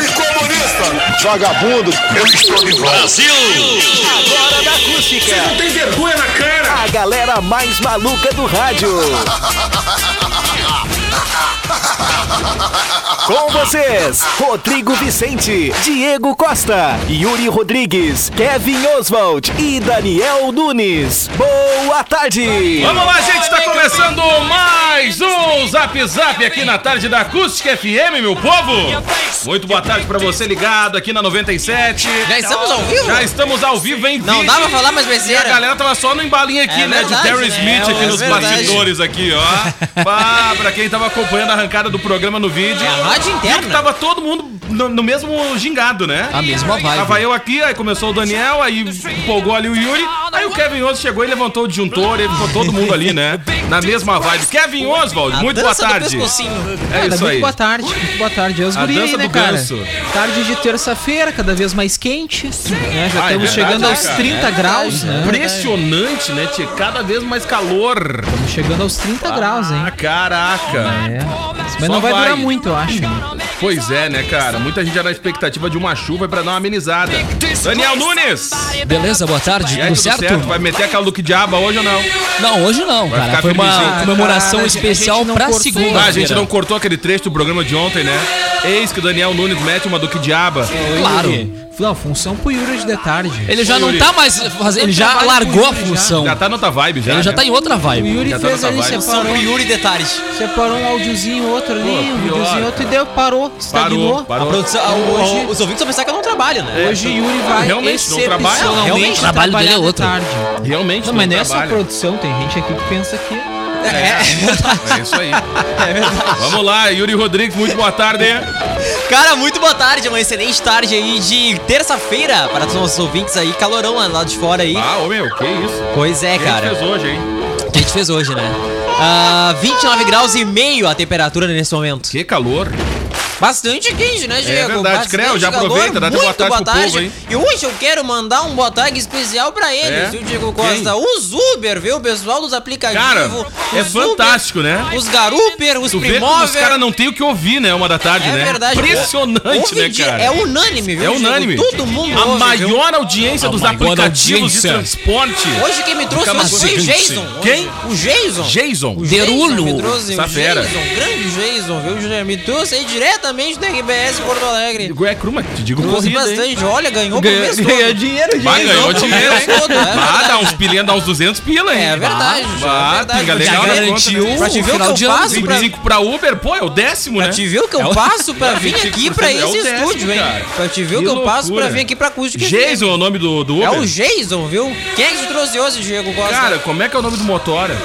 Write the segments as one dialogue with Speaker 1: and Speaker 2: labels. Speaker 1: e comunista.
Speaker 2: Vagabundo, eu estou de volta.
Speaker 1: Tem vergonha na cara.
Speaker 3: A galera mais maluca do rádio. Com vocês, Rodrigo Vicente, Diego Costa, Yuri Rodrigues, Kevin Oswald e Daniel Nunes. Boa tarde!
Speaker 4: Vamos lá, gente, está começando mais um Zap Zap aqui na tarde da Acústica FM, meu povo. Muito boa tarde para você ligado aqui na 97.
Speaker 5: Já estamos ao vivo?
Speaker 4: Já estamos ao vivo em
Speaker 5: Não
Speaker 4: vídeo.
Speaker 5: dá pra falar mais
Speaker 4: E a
Speaker 5: besteira.
Speaker 4: galera tava só no embalinho aqui,
Speaker 5: É
Speaker 4: né? de
Speaker 5: verdade,
Speaker 4: Terry
Speaker 5: né?
Speaker 4: Smith aqui
Speaker 5: É
Speaker 4: nos
Speaker 5: verdade.
Speaker 4: bastidores aqui, ó. Pá, pra quem tava acompanhando a arrancada do programa no vídeo.
Speaker 5: É a rádio interna. É
Speaker 4: viu que tava todo mundo no, no mesmo gingado, né?
Speaker 5: A mesma vibe.
Speaker 4: Tava eu aqui, aí começou o Daniel, aí empolgou ali o Yuri. Aí o Kevin Oswald chegou e levantou o disjuntor, e ficou todo mundo ali, né? Na mesma vibe. Kevin Oswald,
Speaker 5: A
Speaker 4: muito boa
Speaker 5: dança
Speaker 4: tarde.
Speaker 5: Do pescocinho.
Speaker 4: É
Speaker 6: Cara,
Speaker 4: isso
Speaker 6: muito
Speaker 4: aí.
Speaker 6: boa tarde, muito boa tarde. É os
Speaker 4: A
Speaker 6: guri,
Speaker 4: dança
Speaker 6: né,
Speaker 4: do
Speaker 6: cara?
Speaker 4: ganso.
Speaker 6: Tarde de terça-feira, cada vez mais quente. né? Já
Speaker 4: Ah, é
Speaker 6: estamos
Speaker 4: verdade,
Speaker 6: chegando
Speaker 4: né,
Speaker 6: aos
Speaker 4: cara?
Speaker 6: 30
Speaker 5: É
Speaker 6: graus, né?
Speaker 4: Impressionante, né, Tchê? Cada vez mais calor.
Speaker 6: Estamos chegando aos 30 graus, hein?
Speaker 4: Ah, caraca.
Speaker 6: É. Mas
Speaker 4: Só
Speaker 6: não vai,
Speaker 4: vai.
Speaker 6: durar muito, eu acho. né?
Speaker 4: Pois é, né, cara? Muita gente era na expectativa de uma chuva pra dar uma amenizada. Daniel Nunes!
Speaker 7: Beleza, boa tarde,
Speaker 4: E aí,
Speaker 7: tudo
Speaker 4: tudo
Speaker 7: certo?
Speaker 4: certo? Vai meter aquela look diaba hoje ou não?
Speaker 7: Não, hoje não,
Speaker 4: Vai ficar
Speaker 7: cara. Foi
Speaker 4: felizinho.
Speaker 7: uma comemoração
Speaker 6: Ah, Cara, a gente
Speaker 7: especial
Speaker 6: não
Speaker 7: pra
Speaker 6: cortou.
Speaker 7: segunda.
Speaker 4: Ah, a gente não cortou aquele trecho do programa de ontem, né? Eis que o Daniel Nunes mete uma look diaba.
Speaker 7: Claro.
Speaker 6: Não, função pro Yuri hoje de tarde.
Speaker 7: Ele já não tá mais fazendo, ele já
Speaker 6: trabalho
Speaker 7: largou a
Speaker 6: com ele, já.
Speaker 7: função.
Speaker 4: Já tá na outra vibe, já.
Speaker 7: Ele já
Speaker 4: né?
Speaker 7: tá em outra
Speaker 6: O
Speaker 7: vibe.
Speaker 6: Yuri
Speaker 4: Já tá
Speaker 6: fez
Speaker 4: na
Speaker 6: ali,
Speaker 4: trabalho.
Speaker 5: São
Speaker 6: separou,
Speaker 5: Yuri detalhes.
Speaker 6: separou um áudiozinho, outro ali,
Speaker 4: Pô,
Speaker 6: um
Speaker 4: pior,
Speaker 6: videozinho, outro, e
Speaker 4: cara.
Speaker 6: deu, parou,
Speaker 4: Parou,
Speaker 6: estagnou.
Speaker 5: A
Speaker 4: parou.
Speaker 5: produção, a- o-
Speaker 6: Hoje-
Speaker 5: ah, os ouvintes vão pensar que eu não trabalho, né?
Speaker 6: Hoje o Yuri vai
Speaker 4: Realmente, não trabalha.
Speaker 6: excepcionalmente
Speaker 7: Realmente, o trabalho dele é
Speaker 6: trabalhar de
Speaker 7: outro.
Speaker 6: tarde.
Speaker 4: Realmente,
Speaker 6: Não, mas não é só
Speaker 4: trabalha.
Speaker 6: produção, tem gente aqui que pensa que.
Speaker 4: É isso aí. Vamos lá, Yuri Rodrigues, muito boa tarde.
Speaker 5: É. Cara, muito boa tarde, uma excelente tarde aí de terça-feira para todos os nossos ouvintes aí, calorão lá de fora aí.
Speaker 4: Ah, ô meu, que isso?
Speaker 5: Pois é,
Speaker 4: O que a gente
Speaker 5: cara.
Speaker 4: fez hoje, hein?
Speaker 5: O que a gente fez hoje, né? Ah, 29 graus e meio a temperatura nesse momento.
Speaker 4: Que calor.
Speaker 5: Bastante quente, né, Diego?
Speaker 4: É verdade,
Speaker 5: Bastante
Speaker 4: Creu, já aproveita, dá teu boa
Speaker 5: muito
Speaker 4: tarde pro povo, hein?
Speaker 5: E hoje eu quero mandar um boa tarde especial pra eles,
Speaker 4: É?
Speaker 5: viu, Diego Costa? Os Uber, viu? O pessoal dos aplicativos.
Speaker 4: Cara, é
Speaker 5: os Uber,
Speaker 4: fantástico, né?
Speaker 5: Os garuper, os
Speaker 4: Tu vê como os
Speaker 5: primóveis.
Speaker 4: caras não tem o que ouvir, né? Uma da tarde,
Speaker 5: É
Speaker 4: né?
Speaker 5: verdade.
Speaker 4: Impressionante,
Speaker 5: Houve
Speaker 4: né,
Speaker 5: dia-
Speaker 4: cara?
Speaker 5: É unânime, viu?
Speaker 4: É
Speaker 5: Diego?
Speaker 4: unânime.
Speaker 5: Todo mundo
Speaker 4: A
Speaker 5: ouve, viu?
Speaker 4: maior audiência dos
Speaker 7: maior
Speaker 4: aplicativos de
Speaker 7: audiência.
Speaker 4: transporte.
Speaker 5: Hoje quem me trouxe
Speaker 4: Acaba
Speaker 5: foi o
Speaker 4: chegando,
Speaker 5: Jason.
Speaker 4: sim. Quem?
Speaker 5: O Jason.
Speaker 4: Jason.
Speaker 5: O Jason
Speaker 7: Derulo.
Speaker 5: me trouxe,
Speaker 4: Essa
Speaker 5: o
Speaker 4: fera.
Speaker 5: Jason, grande Jason, viu? Jason? Me trouxe aí diretamente da RBS Porto Alegre.
Speaker 4: É Cruma, te digo
Speaker 5: Trouxe
Speaker 4: corrida, hein?
Speaker 5: bastante, olha, ganhou pro mês todo.
Speaker 6: dinheiro,
Speaker 4: Vai,
Speaker 5: Ganhou
Speaker 4: ganhou dinheiro, hein?
Speaker 5: pro mês todo, é
Speaker 4: Ah, dá
Speaker 5: verdade.
Speaker 4: uns pilinha, dá uns 200 pila, hein?
Speaker 5: É verdade,
Speaker 4: Ah,
Speaker 5: é verdade.
Speaker 4: pinga legal
Speaker 7: Já
Speaker 4: na
Speaker 7: garantiu
Speaker 4: conta, né?
Speaker 5: Pra te ver o
Speaker 7: Final
Speaker 5: que
Speaker 7: de
Speaker 5: eu
Speaker 7: ano,
Speaker 5: passo pra...
Speaker 4: 25 pra Uber, pô, é o décimo, né?
Speaker 5: né? Pra te ver o que eu passo pra vir aqui pra
Speaker 4: 25% né? é o
Speaker 5: esse
Speaker 4: décimo,
Speaker 5: estúdio, hein?
Speaker 4: cara.
Speaker 5: Pra te ver o
Speaker 4: Que
Speaker 5: que eu passo
Speaker 4: loucura.
Speaker 5: pra vir aqui pra acústica.
Speaker 4: Jason é o nome do, do Uber?
Speaker 5: É o Jason, viu? Quem é que te trouxe hoje, Diego Costa?
Speaker 4: Cara, como é que é o nome do motora?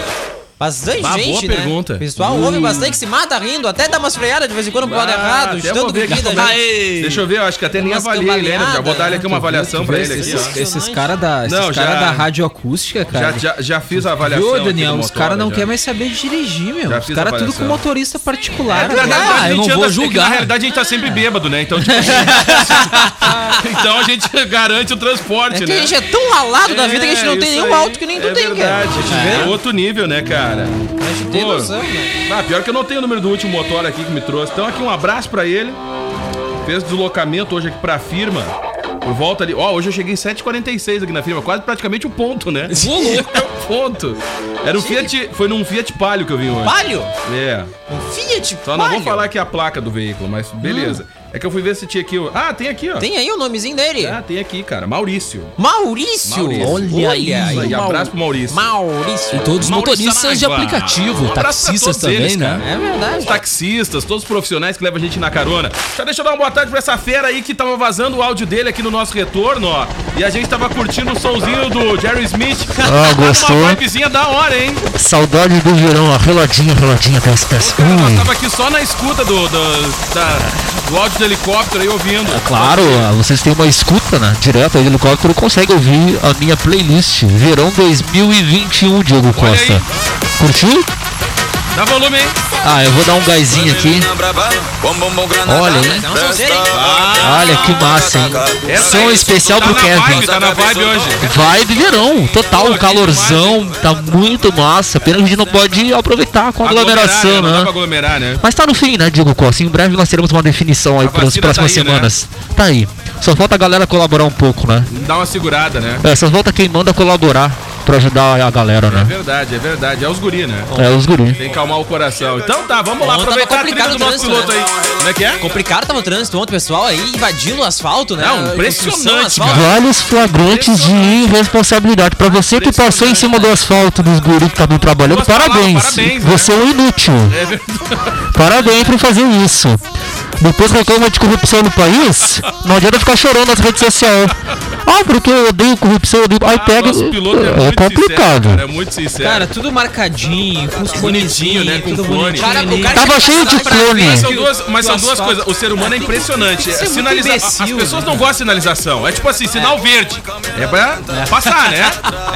Speaker 5: Bastante
Speaker 4: Bah,
Speaker 5: gente,
Speaker 4: boa
Speaker 5: né?
Speaker 4: pergunta. Hum.
Speaker 5: O pessoal ouve bastante, se mata rindo, até dá umas freadas de vez em quando pro lado errado, né? de
Speaker 4: Ah, até vou
Speaker 5: tanto
Speaker 4: ver aqui
Speaker 5: bebida.
Speaker 4: como é-
Speaker 5: gente.
Speaker 4: Deixa eu ver, eu acho que até nem
Speaker 5: Umas
Speaker 4: avaliei ele, né? Já vou
Speaker 5: cambaleadas,
Speaker 4: dar ele aqui uma avaliação pra ele aqui, ó.
Speaker 6: Esses, esses caras da,
Speaker 4: Não,
Speaker 6: esses
Speaker 4: já-
Speaker 6: cara da radioacústica, cara.
Speaker 4: Já, já, já fiz a avaliação.
Speaker 6: Viu,
Speaker 4: aqui
Speaker 6: Daniel?
Speaker 4: do
Speaker 6: Os
Speaker 4: motora,
Speaker 6: caras não
Speaker 4: já.
Speaker 6: querem mais saber de dirigir, meu.
Speaker 4: Já
Speaker 6: Os
Speaker 4: fiz
Speaker 6: caras
Speaker 4: a
Speaker 6: tudo com
Speaker 4: avaliação.
Speaker 6: motorista particular.
Speaker 4: Na É verdade,
Speaker 7: Ah,
Speaker 4: a
Speaker 7: eu não
Speaker 4: gente
Speaker 7: vou
Speaker 4: anda- é que
Speaker 7: julgar.
Speaker 4: na realidade, a gente tá sempre bêbado, né? Então, tipo, então a gente garante o transporte,
Speaker 5: É que
Speaker 4: né?
Speaker 5: a gente é tão ralado da vida que a gente não
Speaker 4: É,
Speaker 5: tem
Speaker 4: isso
Speaker 5: nenhum
Speaker 4: aí.
Speaker 5: alto que nem tu
Speaker 4: É
Speaker 5: tem, cara.
Speaker 4: verdade, É outro nível, né, cara?
Speaker 5: A gente tem
Speaker 4: Pô.
Speaker 5: noção, né?
Speaker 4: Ah, pior que eu não tenho o número do último motor aqui que me trouxe. Então aqui um abraço pra ele. Fez deslocamento hoje aqui pra firma. Por volta ali. Ó, hoje eu cheguei 7h46 aqui na firma. Quase praticamente o ponto, né? É o ponto. Era um Fiat. Foi num Fiat Palio que eu vim hoje.
Speaker 5: Palio?
Speaker 4: É.
Speaker 5: Um Fiat
Speaker 4: Só não vou
Speaker 5: Palio? Hum.
Speaker 4: falar que é a placa do veículo, mas beleza. É que eu fui ver se tinha aqui. o- Ah, tem aqui, ó.
Speaker 5: Tem aí o nomezinho dele?
Speaker 4: Ah, tem aqui, cara. Maurício.
Speaker 5: Maurício.
Speaker 4: Maurício.
Speaker 5: Olha,
Speaker 4: Isso aí,
Speaker 5: aí.
Speaker 4: abraço pro Maurício.
Speaker 5: Maurício.
Speaker 7: E todos os
Speaker 4: Maurício
Speaker 7: motoristas de
Speaker 4: Saraiva.
Speaker 7: aplicativo,
Speaker 4: Um abraço pra
Speaker 7: taxistas
Speaker 4: todos
Speaker 7: também,
Speaker 4: eles,
Speaker 7: né?
Speaker 4: cara.
Speaker 5: É verdade.
Speaker 4: taxistas, todos os profissionais que levam a gente na carona. Já deixa eu dar uma boa tarde pra essa fera aí que tava vazando o áudio dele aqui no nosso retorno, ó. E a gente tava curtindo o somzinho do Jerry Smith.
Speaker 8: Ah, gostou?
Speaker 4: Uma vibezinha da hora, hein?
Speaker 8: Saudade do verão, ó, reladinha, reladinha, desce, desce.
Speaker 4: Cara, nós
Speaker 8: Hum,
Speaker 4: tava aqui só na escuta do, do, da- do áudio do do helicóptero aí ouvindo.
Speaker 8: É Claro, vocês têm uma escuta né, direta aí do helicóptero, consegue ouvir a minha playlist Verão 2021, Diogo um, Costa. Curtiu?
Speaker 4: Dá volume aí.
Speaker 8: Ah, eu vou dar um gásinho aqui. Olha, hein?
Speaker 7: Ah.
Speaker 8: Olha que massa, hein?
Speaker 4: Essa
Speaker 8: Som
Speaker 4: aí,
Speaker 8: especial
Speaker 4: tá
Speaker 8: pro
Speaker 4: na Vibe,
Speaker 8: Kevin.
Speaker 4: tá na vibe hoje.
Speaker 8: Vibe verão, total, um calorzão, tá muito massa. Pena que a gente não pode aproveitar com a aglomeração,
Speaker 4: Aglomerar, Não dá pra
Speaker 8: né?
Speaker 4: aglomerar, né?
Speaker 8: Mas tá no fim, né, Diego Costa? Em breve nós teremos uma definição aí
Speaker 4: A
Speaker 8: para as
Speaker 4: vacina
Speaker 8: próximas
Speaker 4: tá aí, né?
Speaker 8: semanas. Tá aí. Só falta a galera colaborar um pouco, né?
Speaker 4: Dá uma segurada, né?
Speaker 8: É, só falta quem manda colaborar pra ajudar a galera,
Speaker 4: É
Speaker 8: né?
Speaker 4: verdade, é verdade. É os guri, né?
Speaker 8: É, os guri.
Speaker 4: Tem que acalmar o coração. Então tá, vamos lá
Speaker 5: Ontem tava
Speaker 4: aproveitar a trilha
Speaker 5: complicado
Speaker 4: do
Speaker 5: o
Speaker 4: nosso
Speaker 5: trânsito,
Speaker 4: piloto aí. Como é que é?
Speaker 5: Complicado tava o trânsito ontem, pessoal, aí invadindo o asfalto, né?
Speaker 4: Não, impressionante,
Speaker 5: Construção, asfalto.
Speaker 4: cara.
Speaker 8: Vários flagrantes de irresponsabilidade. Pra você que passou em cima do asfalto dos guri que estavam trabalhando,
Speaker 4: Duas palavras,
Speaker 8: parabéns.
Speaker 4: parabéns, né?
Speaker 8: Você é um inútil.
Speaker 4: É verdade.
Speaker 8: Parabéns por fazer isso. Depois reclama de corrupção no país, não adianta ficar chorando nas redes sociais. Ah, porque eu odeio corrupção, eu odeio... aí pega.
Speaker 4: Ah, Nosso piloto é,
Speaker 8: é
Speaker 4: muito
Speaker 8: complicado.
Speaker 4: Sincero, cara, é muito sincero.
Speaker 6: Cara, tudo marcadinho, com os
Speaker 4: Bonitinho, né, com
Speaker 6: tudo
Speaker 4: fone.
Speaker 6: bonitinho
Speaker 5: Cara, o
Speaker 6: ali.
Speaker 5: cara
Speaker 8: Tava cheio de
Speaker 4: Mas
Speaker 8: clone.
Speaker 4: são duas, mas são duas
Speaker 6: asfalto.
Speaker 4: coisas. O ser humano é impressionante.
Speaker 6: ser muito
Speaker 4: Sinaliza...
Speaker 6: imbecil,
Speaker 4: As pessoas
Speaker 6: né?
Speaker 4: não gostam de sinalização. É tipo assim, sinal verde. É pra passar, né?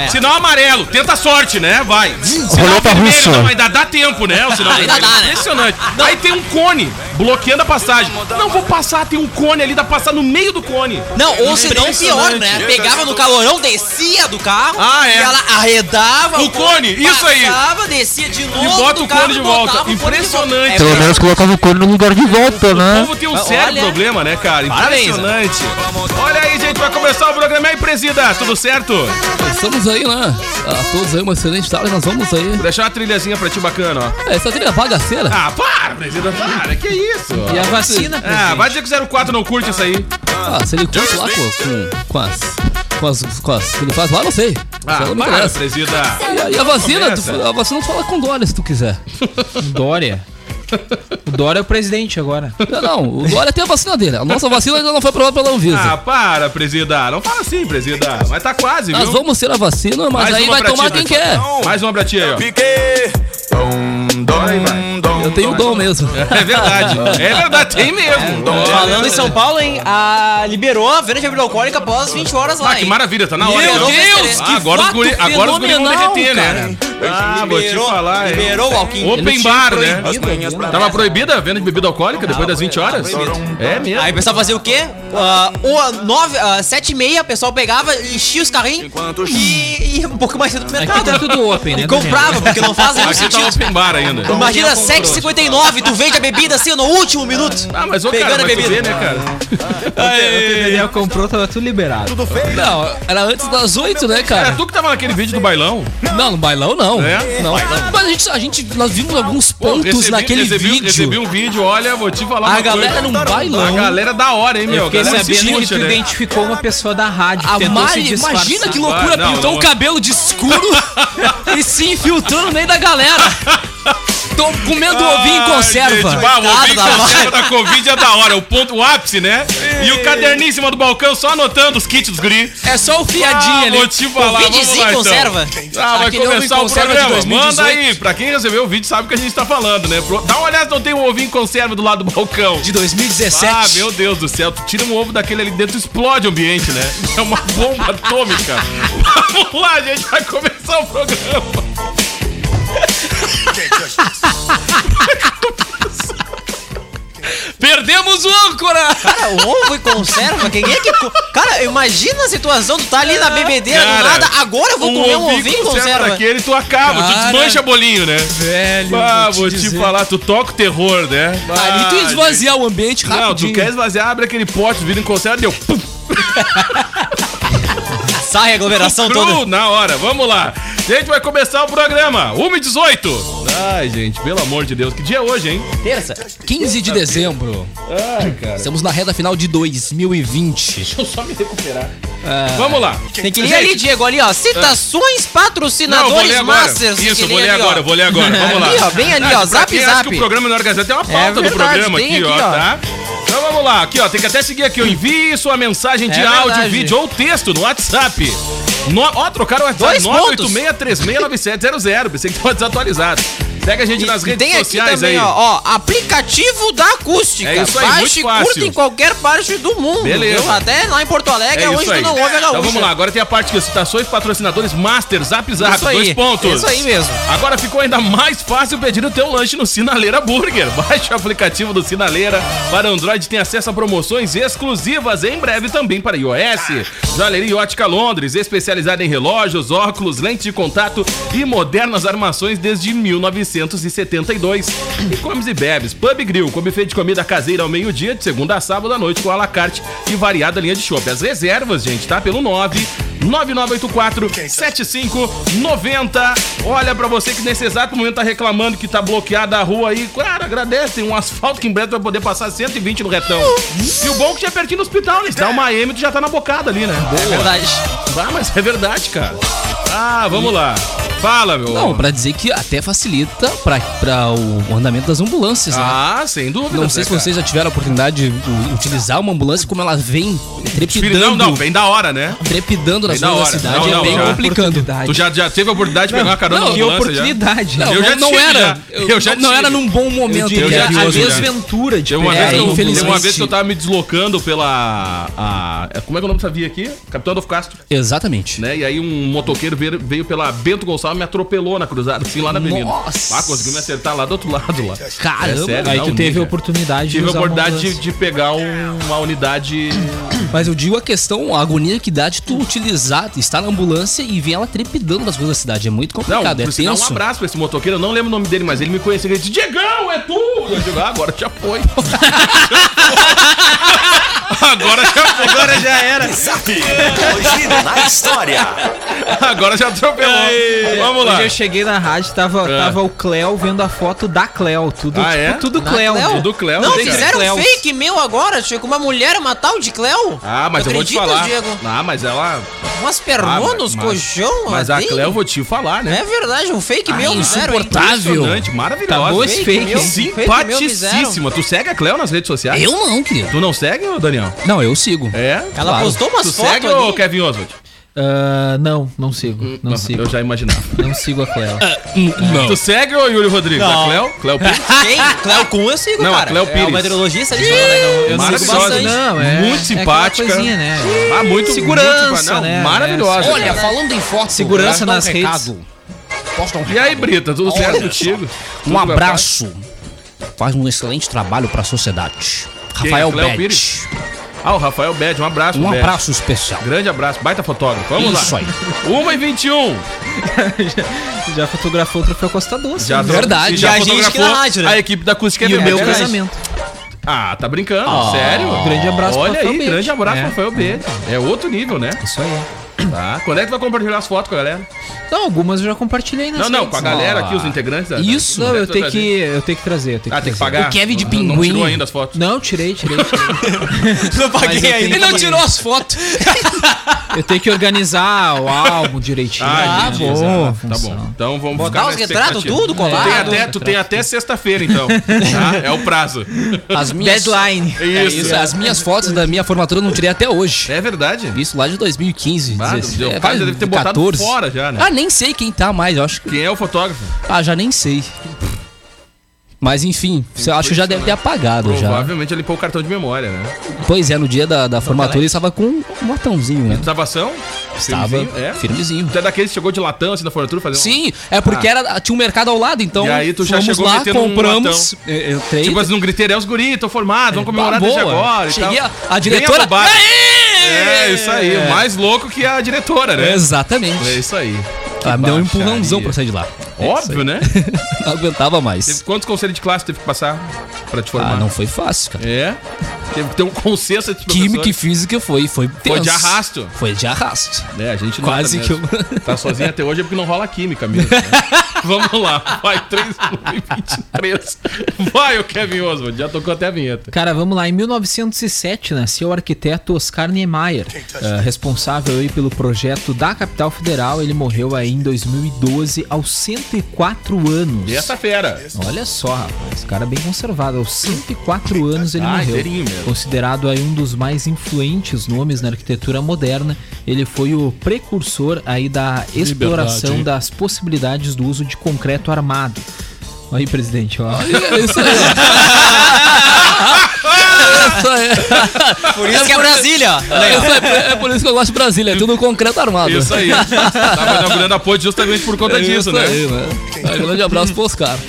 Speaker 4: Sinal amarelo, tenta a sorte, né? Vai. Sinal
Speaker 8: Roleta russa.
Speaker 4: não, ainda dá tempo, né? O sinal
Speaker 5: Ainda
Speaker 4: vermelho.
Speaker 5: dá, né?
Speaker 4: Impressionante. Aí tem um cone bloqueando a passagem. Não vou passar, tem um cone ali, dá pra passar no meio do cone.
Speaker 5: Não, ou se não, pior, né? Pegava no calorão, descia do carro,
Speaker 4: Ah, é.
Speaker 5: e ela arredava
Speaker 4: O cone, isso aí.
Speaker 5: Passava, descia de novo.
Speaker 4: E bota
Speaker 5: do
Speaker 4: o cone de
Speaker 5: carro, botava
Speaker 4: volta.
Speaker 5: o cone de volta. É
Speaker 4: Impressionante.
Speaker 8: Pelo menos colocava o corno no lugar de volta,
Speaker 4: O
Speaker 8: né?
Speaker 4: povo tem um
Speaker 5: Olha.
Speaker 4: sério problema, né, cara?
Speaker 5: Parabéns,
Speaker 4: Impressionante. Olha aí, gente, vai começar o programa aí, presida. Tudo certo?
Speaker 7: Estamos aí, né? A todos aí, uma excelente tarde. Nós vamos aí.
Speaker 4: Vou deixar uma trilhazinha pra ti bacana, ó.
Speaker 7: Essa trilha é bagaceira.
Speaker 4: Ah, para, presida, para. Que isso?
Speaker 6: E a vacina,
Speaker 4: Ah,
Speaker 6: presidente?
Speaker 4: vai dizer que o 04 não curte isso aí.
Speaker 7: Ah, se ele curte lá com, com, com as. Com as. Com as. que ele faz lá, não sei.
Speaker 4: Ah,
Speaker 7: Isso
Speaker 8: é
Speaker 7: não me
Speaker 4: para,
Speaker 7: interessa.
Speaker 4: presida.
Speaker 7: E a, e a vacina?
Speaker 4: Começa.
Speaker 7: Tu, a vacina tu fala com Dória se tu quiser.
Speaker 6: Dória. O Dória é o presidente agora.
Speaker 7: Não, não, o Dória tem a vacina dele. A nossa vacina ainda não foi aprovada pela Anvisa.
Speaker 4: Ah, para, presida. Não fala assim, presida. Mas tá quase, viu?
Speaker 7: Nós vamos ter a vacina, mas
Speaker 4: Mais
Speaker 7: aí
Speaker 4: uma
Speaker 7: vai
Speaker 4: pra ti, né?
Speaker 7: tomar quem
Speaker 4: Dória.
Speaker 7: quer.
Speaker 4: Mais uma pra ti aí, ó.
Speaker 1: Piquet. Dom, dom, dom.
Speaker 7: Eu tenho o dom mesmo.
Speaker 4: É verdade. É verdade, tem mesmo.
Speaker 5: Falando em São Paulo, hein? A... Liberou a venda de bebida alcoólica após as 20 horas lá.
Speaker 4: Ah, que
Speaker 5: hein?
Speaker 4: maravilha, tá na hora.
Speaker 5: Meu
Speaker 4: então.
Speaker 5: Deus,
Speaker 4: Ah,
Speaker 5: que
Speaker 4: agora, os
Speaker 7: fato
Speaker 4: guri, agora os guri vão
Speaker 7: fenomenal,
Speaker 4: derreter, né? Ah, vou te
Speaker 5: Liberou,
Speaker 4: falar, hein?
Speaker 5: liberou o Alquim.
Speaker 4: Open
Speaker 7: tinha
Speaker 4: bar, né?
Speaker 7: proibido a venda.
Speaker 4: Tava proibida a venda de bebida alcoólica depois das 20 horas? É mesmo.
Speaker 5: Aí o pessoal fazia o quê? Ah, uma- nove, ah, sete e meia, o pessoal pegava, enchia os carrinhos e ia um pouco mais cedo pro mercado.
Speaker 6: Aqui tá tudo open, né,
Speaker 5: E comprava, porque não faz nenhum
Speaker 4: Aqui tá
Speaker 5: sentido.
Speaker 4: open bar ainda.
Speaker 5: Imagina 7h59, tu vende a bebida assim no último minuto.
Speaker 4: Ah, mas ô
Speaker 5: Pegando
Speaker 4: cara,
Speaker 5: a
Speaker 4: mas tu
Speaker 5: bebida.
Speaker 4: vê, né, cara?
Speaker 6: O Daniel comprou, tava tudo liberado.
Speaker 7: Não, era antes das oito, né,
Speaker 4: É
Speaker 7: cara?
Speaker 4: tu que tava naquele vídeo do bailão?
Speaker 7: Não, no bailão não.
Speaker 4: É?
Speaker 7: Não. Mas a gente, a gente, nós vimos alguns
Speaker 4: Pô,
Speaker 7: pontos
Speaker 4: recebi-
Speaker 7: naquele
Speaker 4: recebi,
Speaker 7: vídeo.
Speaker 4: Recebi um vídeo, olha, vou te falar
Speaker 7: A
Speaker 4: uma
Speaker 7: galera
Speaker 4: coisa.
Speaker 7: num
Speaker 4: A
Speaker 7: bailão.
Speaker 4: galera é da hora, hein, meu?
Speaker 6: Fiquei
Speaker 4: Galera se
Speaker 6: sabendo que
Speaker 4: puxa,
Speaker 6: tu
Speaker 4: né?
Speaker 6: identificou uma pessoa da rádio que
Speaker 7: A
Speaker 6: tentou se
Speaker 7: Ah, Mari,
Speaker 6: disfarçar.
Speaker 7: imagina que
Speaker 4: Ah,
Speaker 7: loucura,
Speaker 4: não,
Speaker 7: pintou
Speaker 4: não.
Speaker 7: o cabelo de escuro e se infiltrando no meio da galera. Tô comendo ovinho em
Speaker 4: Ai,
Speaker 7: conserva.
Speaker 4: Ah, Gente, bah, o ovinho em
Speaker 5: Coitado da
Speaker 4: conserva da Covid é da hora, o ponto, o ápice, né? E o caderninho em cima do balcão só anotando os kits dos guri.
Speaker 7: É só o
Speaker 4: Ah,
Speaker 7: fiadinho
Speaker 4: vou
Speaker 7: ali.
Speaker 4: te falar, vamos lá,
Speaker 5: Covidzinho
Speaker 4: então.
Speaker 5: conserva.
Speaker 4: Ah, vai
Speaker 7: Aquele ovo em
Speaker 4: começar o
Speaker 7: conserva de
Speaker 4: programa.
Speaker 7: 2018.
Speaker 4: Manda aí, pra quem recebeu o vídeo sabe o que a gente tá falando, né? Pro- Dá uma olhada se não tem um ovinho em conserva do lado do balcão.
Speaker 7: De 2017.
Speaker 4: Ah, meu Deus do céu, tu tira um ovo daquele ali dentro, explode o ambiente, né? É uma bomba atômica. Vamos lá, gente, vai começar o programa.
Speaker 7: Perdemos o âncora!
Speaker 5: Cara, É, o ovo e conserva, quem é que. co- Cara, imagina a situação, tu tá ali na bebedeira do
Speaker 4: Cara,
Speaker 5: nada, agora eu vou comer um ovinho e conserva.
Speaker 4: daquele, tu acaba, tu
Speaker 7: Cara.
Speaker 4: desmancha bolinho, né?
Speaker 7: Velho,
Speaker 4: Ah, vou te
Speaker 7: dizer.
Speaker 4: falar, tu toca o terror, né?
Speaker 7: Ali tu ia
Speaker 4: Ah,
Speaker 7: esvaziar o ambiente
Speaker 4: Não,
Speaker 7: rapidinho.
Speaker 4: tu quer esvaziar, abre aquele pote, vira em conserva, deu pum,
Speaker 5: Sai a aglomeração
Speaker 4: cru
Speaker 5: toda.
Speaker 4: na hora. Vamos lá. Gente, vai começar o programa. 1h18. Ai, gente, pelo amor de Deus, que dia é hoje, hein?
Speaker 5: Terça.
Speaker 7: 15 de dezembro.
Speaker 4: Ai, cara.
Speaker 7: Estamos na reta final de 2020.
Speaker 4: Deixa eu só me recuperar. Vamos lá.
Speaker 5: Tem que ler Ah. ali, Diego, ali, ó. Citações,
Speaker 4: Não, eu vou ler
Speaker 5: patrocinadores,
Speaker 4: agora.
Speaker 5: masters. tem
Speaker 4: Isso,
Speaker 5: que
Speaker 4: eu vou ler
Speaker 5: ali, ó.
Speaker 4: agora, eu vou ler agora. Vamos lá.
Speaker 5: Ali, ó, bem ali, ó,
Speaker 4: Ah, pra
Speaker 5: zap,
Speaker 4: quem
Speaker 5: zap.
Speaker 4: acha que o programa não é organizado, tem uma pauta do
Speaker 5: verdade,
Speaker 4: programa
Speaker 5: tem
Speaker 4: aqui, ó,
Speaker 5: aqui, ó. Hum.
Speaker 4: tá? Então vamos
Speaker 5: É
Speaker 4: lá, aqui ó, tem que até seguir aqui, ó, envie sua mensagem de áudio,
Speaker 6: verdade.
Speaker 4: vídeo ou texto no WhatsApp No... Ó, trocaram o WhatsApp
Speaker 6: Dois pontos.
Speaker 4: 986369700. Pensei que tava desatualizado. Segue a gente é nas redes
Speaker 6: tem aqui
Speaker 4: sociais
Speaker 6: também,
Speaker 4: aí.
Speaker 6: Ó, ó, aplicativo da acústica.
Speaker 4: É isso aí,
Speaker 6: Baixe
Speaker 4: muito
Speaker 6: e
Speaker 4: fácil.
Speaker 6: curta em qualquer parte do mundo.
Speaker 4: Beleza.
Speaker 6: viu? Até lá em Porto Alegre, é onde
Speaker 4: isso
Speaker 6: tu
Speaker 4: aí.
Speaker 6: não ouve a gaúcha.
Speaker 4: Então vamos lá, agora tem a parte que citações, patrocinadores, master, zap zap,
Speaker 6: Isso aí,
Speaker 4: dois pontos.
Speaker 6: isso aí mesmo.
Speaker 4: Agora ficou ainda mais fácil pedir o teu lanche no Sinaleira Burger. Baixe o aplicativo do Sinaleira para Android tem acesso a promoções exclusivas em breve também para iOS. Joalheria Ótica Londres, especializada em relógios, óculos, lentes de contato e modernas armações desde 1972. E comes e bebes, Pub Grill, com buffet de comida caseira ao meio-dia, de segunda a sábado à noite com alacarte e variada linha de chopp. As reservas, gente, tá pelo 9 9984-7590. Olha, pra você que nesse exato momento tá reclamando que tá bloqueada a rua aí, claro, agradece. Tem um asfalto que em breve tu vai poder passar 120 no retão. E o bom é que já é pertinho do hospital, né? Se dá uma M, tu já tá na bocada ali, né?
Speaker 7: É
Speaker 6: Verdade.
Speaker 4: Ah, mas é verdade, cara. Ah, vamos lá. Fala, meu.
Speaker 6: Não, pra dizer que até facilita pra, pra o andamento das ambulâncias, né?
Speaker 4: Ah, sem dúvida.
Speaker 6: Não sei
Speaker 4: né,
Speaker 6: se
Speaker 4: cara?
Speaker 6: vocês já tiveram a oportunidade de u- utilizar uma ambulância como ela vem trepidando,
Speaker 4: Não, não, vem da hora, né?
Speaker 6: trepidando nas
Speaker 4: Vem da
Speaker 6: ruas da
Speaker 4: hora.
Speaker 6: cidade,
Speaker 4: Não, não,
Speaker 6: é bem
Speaker 4: já.
Speaker 6: complicado.
Speaker 4: Tu já, já teve a oportunidade de pegar uma carona
Speaker 6: não,
Speaker 4: na
Speaker 6: que
Speaker 4: ambulância já?
Speaker 5: Oportunidade.
Speaker 6: Não,
Speaker 4: Eu já
Speaker 6: não
Speaker 4: tive,
Speaker 6: era.
Speaker 4: já. Eu já
Speaker 6: não
Speaker 4: tive.
Speaker 6: era num bom momento.
Speaker 4: Eu já
Speaker 6: cara.
Speaker 4: tive,
Speaker 6: Às vezes
Speaker 4: já.
Speaker 6: vem-
Speaker 5: Desventura de
Speaker 4: Teve uma,
Speaker 6: É,
Speaker 4: vez que eu,
Speaker 6: infelizmente.
Speaker 4: teve uma vez que eu tava me deslocando pela. a- é, como é que é o nome dessa via aqui? Capitão do Castro,
Speaker 6: Exatamente.
Speaker 4: né? E aí um motoqueiro veio, veio pela Bento Gonçalves e me atropelou na cruzada, assim, lá na avenida.
Speaker 6: Nossa!
Speaker 4: Lá conseguiu me acertar lá do outro lado lá. É
Speaker 6: Caramba.
Speaker 4: sério,
Speaker 5: Aí
Speaker 4: não,
Speaker 5: tu teve a
Speaker 4: ninja.
Speaker 5: oportunidade
Speaker 4: Tive a
Speaker 5: usar uma
Speaker 4: oportunidade de,
Speaker 5: ambulância.
Speaker 4: de pegar um- uma unidade.
Speaker 6: Mas eu digo a questão, a agonia que dá de tu utilizar, estar na ambulância e ver ela trepidando nas ruas da cidade. É muito
Speaker 4: Não,
Speaker 6: complicado, é
Speaker 4: por sinal, um
Speaker 6: tenso.
Speaker 4: abraço pra esse motoqueiro, eu não lembro o nome dele, mas ele me conheceu. Ele disse: Diegão, é tu! Eu digo, ah, agora já foi. agora já foi. Agora já era.
Speaker 1: Hoje na história.
Speaker 4: Agora já atropelou. Vamos lá.
Speaker 5: Hoje eu cheguei na rádio, tava, tava o Cléo vendo a foto da Cléo. Tudo,
Speaker 4: Ah, é?
Speaker 5: tipo, tudo Cléo.
Speaker 4: Cléo? Do Cléo,
Speaker 5: Não,
Speaker 4: né, cara?
Speaker 5: fizeram
Speaker 6: Fizeram um
Speaker 5: Cléo.
Speaker 6: fake meu agora, chegou uma mulher, uma tal de Cleo.
Speaker 4: Ah, mas
Speaker 6: Tu
Speaker 4: eu vou te
Speaker 6: acreditas,
Speaker 4: falar.
Speaker 6: Diego?
Speaker 4: Ah, mas ela.
Speaker 6: Umas
Speaker 4: Ah,
Speaker 6: pernonas,
Speaker 4: mas-
Speaker 6: nos colchão.
Speaker 4: Mas a
Speaker 6: assim.
Speaker 4: Cleo eu vou te falar, né?
Speaker 6: É verdade, um fake meu, fizeram, hein?
Speaker 4: Impressionante,
Speaker 6: Insuportável.
Speaker 4: Maravilhosa.
Speaker 5: Acabou esse fake,
Speaker 4: meu,
Speaker 5: hein?
Speaker 6: Fake
Speaker 4: Simpaticíssima. Tu segue a Cleo nas redes sociais?
Speaker 6: Eu não, querido.
Speaker 4: Tu não segue, ô, Daniel?
Speaker 6: Não, eu sigo.
Speaker 4: É?
Speaker 6: Ela postou umas
Speaker 4: tu
Speaker 6: fotos
Speaker 4: segue,
Speaker 6: ali.
Speaker 4: ô, Kevin Oswald?
Speaker 5: Ah, não, não sigo. Não sigo.
Speaker 4: Eu já imaginava.
Speaker 5: Não sigo a Ah. Cléo.
Speaker 6: Ah,
Speaker 4: Tu segue, ô, Yuri Rodrigues? A Cleo? Cleo
Speaker 5: É.
Speaker 4: Pires?
Speaker 6: Quem? Cléo Kuhn eu sigo,
Speaker 4: Não, a
Speaker 6: cara.
Speaker 4: Cléo
Speaker 6: É
Speaker 4: Pires.
Speaker 6: o meteorologista ali, de Porto Alegre, eu- eu sigo
Speaker 4: Maravilhosa,
Speaker 6: bastante.
Speaker 4: né?
Speaker 5: Não, é-
Speaker 4: Muito
Speaker 5: é aquela
Speaker 4: simpática.
Speaker 5: coisinha, né?
Speaker 4: Ah, muito
Speaker 5: Segurança,
Speaker 4: muito, não,
Speaker 5: né?
Speaker 4: Maravilhosa.
Speaker 6: Olha, falando em foto,
Speaker 5: Segurança
Speaker 6: eu quero
Speaker 5: nas
Speaker 6: dar um
Speaker 5: redes.
Speaker 6: recado. Posso dar um
Speaker 4: E aí, Brita, tudo
Speaker 6: Olha
Speaker 4: certo
Speaker 6: só.
Speaker 4: contigo? Tudo
Speaker 6: Um
Speaker 4: na paz?
Speaker 6: abraço. Faz um excelente trabalho pra sociedade.
Speaker 4: Quem?
Speaker 6: Rafael
Speaker 4: Cléo
Speaker 6: Bedes.
Speaker 4: Pires? Ah, o Rafael Bed, um abraço,
Speaker 6: Um
Speaker 4: pro Bed.
Speaker 6: abraço especial.
Speaker 4: Grande abraço, baita fotógrafo. Vamos
Speaker 6: Isso
Speaker 4: lá.
Speaker 6: aí.
Speaker 4: 1 e 21.
Speaker 5: Já fotografou o troféu Costa Doce.
Speaker 4: Já
Speaker 5: né?
Speaker 6: Verdade,
Speaker 4: e já
Speaker 6: e a gente
Speaker 4: fotografou
Speaker 6: que na rádio, né?
Speaker 4: A equipe da Acústica
Speaker 5: E o
Speaker 4: FM.
Speaker 5: meu
Speaker 4: É Verdade.
Speaker 5: casamento.
Speaker 4: Ah, tá brincando, sério?
Speaker 5: grande abraço pro
Speaker 4: Olha
Speaker 5: Rafael
Speaker 4: aí,
Speaker 5: Bede.
Speaker 4: grande abraço
Speaker 5: É.
Speaker 4: pro Rafael Bede. É outro nível, né?
Speaker 5: Isso aí.
Speaker 4: Tá. Quando é que tu vai compartilhar as fotos com a galera?
Speaker 5: Não, algumas eu já compartilhei nas
Speaker 4: Não, não,
Speaker 5: redes.
Speaker 4: com a galera aqui, os integrantes. da-
Speaker 5: Isso. Não, eu tenho que, eu tenho que trazer. Eu tenho
Speaker 4: Ah, tem que
Speaker 5: trazer.
Speaker 4: pagar?
Speaker 6: O Kevin de
Speaker 4: Não- Não
Speaker 6: pinguim.
Speaker 4: tirou ainda as fotos.
Speaker 5: Não, tirei, tirei, tirei.
Speaker 6: Não
Speaker 5: Mas eu tenho
Speaker 6: Ele não
Speaker 5: que-
Speaker 6: tirou as fotos.
Speaker 5: Eu tenho que organizar o álbum direitinho.
Speaker 4: Ah,
Speaker 5: né?
Speaker 4: entendi.
Speaker 5: Boa
Speaker 4: exato. Tá
Speaker 5: função.
Speaker 4: bom. Então vamos
Speaker 6: Botar
Speaker 4: na
Speaker 6: os retratos,
Speaker 4: expectativa.
Speaker 6: tudo colado.
Speaker 4: Tu tem até, tu tem até sexta-feira, então. tá? É o prazo.
Speaker 6: As minhas,
Speaker 5: Deadline.
Speaker 6: É isso, as minhas fotos da minha formatura eu não tirei até hoje.
Speaker 4: É verdade.
Speaker 6: Isso lá de 2015,
Speaker 4: Ah,
Speaker 6: 16,
Speaker 4: deu-
Speaker 6: é,
Speaker 4: o cara já deve ter botado
Speaker 6: 14.
Speaker 4: fora já, né?
Speaker 6: Ah, nem sei quem tá mais, eu acho que.
Speaker 4: Quem é o fotógrafo?
Speaker 6: Ah, já nem sei. Mas enfim, eu acho que já deve ter apagado já.
Speaker 4: Provavelmente ele limpou o cartão de memória, né?
Speaker 6: Pois é, no dia da, da formatura ele estava com um matãozinho, né?
Speaker 4: Salvação?
Speaker 6: Estava
Speaker 4: É.
Speaker 6: firmezinho.
Speaker 4: Tu é daquele que chegou de latão, assim, na fornitura, fazendo...
Speaker 6: Sim,
Speaker 7: Ah.
Speaker 6: é porque era, tinha um mercado ao lado, então
Speaker 4: E aí tu já
Speaker 6: fomos
Speaker 4: chegou
Speaker 6: lá,
Speaker 4: metendo um
Speaker 6: compramos. eu, eu
Speaker 4: Um...
Speaker 6: tenho-
Speaker 4: Tipo assim, num griteiro, é os guris, tô formado, vamos comemorar
Speaker 6: Tá
Speaker 4: desde
Speaker 6: boa.
Speaker 4: agora
Speaker 6: Cheguei
Speaker 4: e tal.
Speaker 6: a- a diretora-
Speaker 4: Bem abobado. É, isso aí, mais louco que a diretora, né?
Speaker 6: Exatamente.
Speaker 4: É isso aí.
Speaker 7: Ah,
Speaker 6: Ela me deu um
Speaker 4: baixaria.
Speaker 6: empurrãozão pra É eu sair de lá.
Speaker 4: Óbvio, né?
Speaker 6: Não aguentava
Speaker 4: Teve
Speaker 6: mais.
Speaker 4: quantos conselhos de classe teve que passar pra te formar?
Speaker 6: Ah, não foi fácil, cara.
Speaker 4: É. Teve que ter um consenso entre os
Speaker 6: Química e
Speaker 4: professores.
Speaker 6: física foi, foi tenso.
Speaker 4: de arrasto.
Speaker 6: Foi de arrasto.
Speaker 4: É, a gente
Speaker 6: Quase
Speaker 4: nota mesmo.
Speaker 6: que eu-
Speaker 4: Tá sozinho até hoje é porque não rola química mesmo. né? Vamos lá, vai 3 e 23. Vai o Kevin Oswald, já tocou até a vinheta.
Speaker 6: Cara, vamos lá. Em 1907 nasceu o arquiteto Oscar Niemeyer, eh, responsável aí pelo projeto da capital federal. Ele morreu aí em 2012 aos 104 anos.
Speaker 4: E essa fera?
Speaker 6: Olha só, rapaz, cara é bem conservado. Aos 104
Speaker 7: É
Speaker 6: anos ele
Speaker 4: Ah,
Speaker 6: morreu.
Speaker 4: inteirinho mesmo.
Speaker 6: Considerado aí um dos mais influentes nomes na arquitetura moderna, ele foi o precursor aí da exploração
Speaker 7: hein?
Speaker 6: das possibilidades do uso de concreto armado. Aí, presidente, ó.
Speaker 7: Isso aí. Isso aí.
Speaker 5: Por isso que é Brasília. ó.
Speaker 7: Isso aí, É por isso que eu gosto de Brasília, é tudo concreto armado.
Speaker 4: Isso aí. Tava inaugurando a ponte justamente por
Speaker 6: É
Speaker 4: conta disso, né?
Speaker 7: aí, né? Um grande abraço pros caras.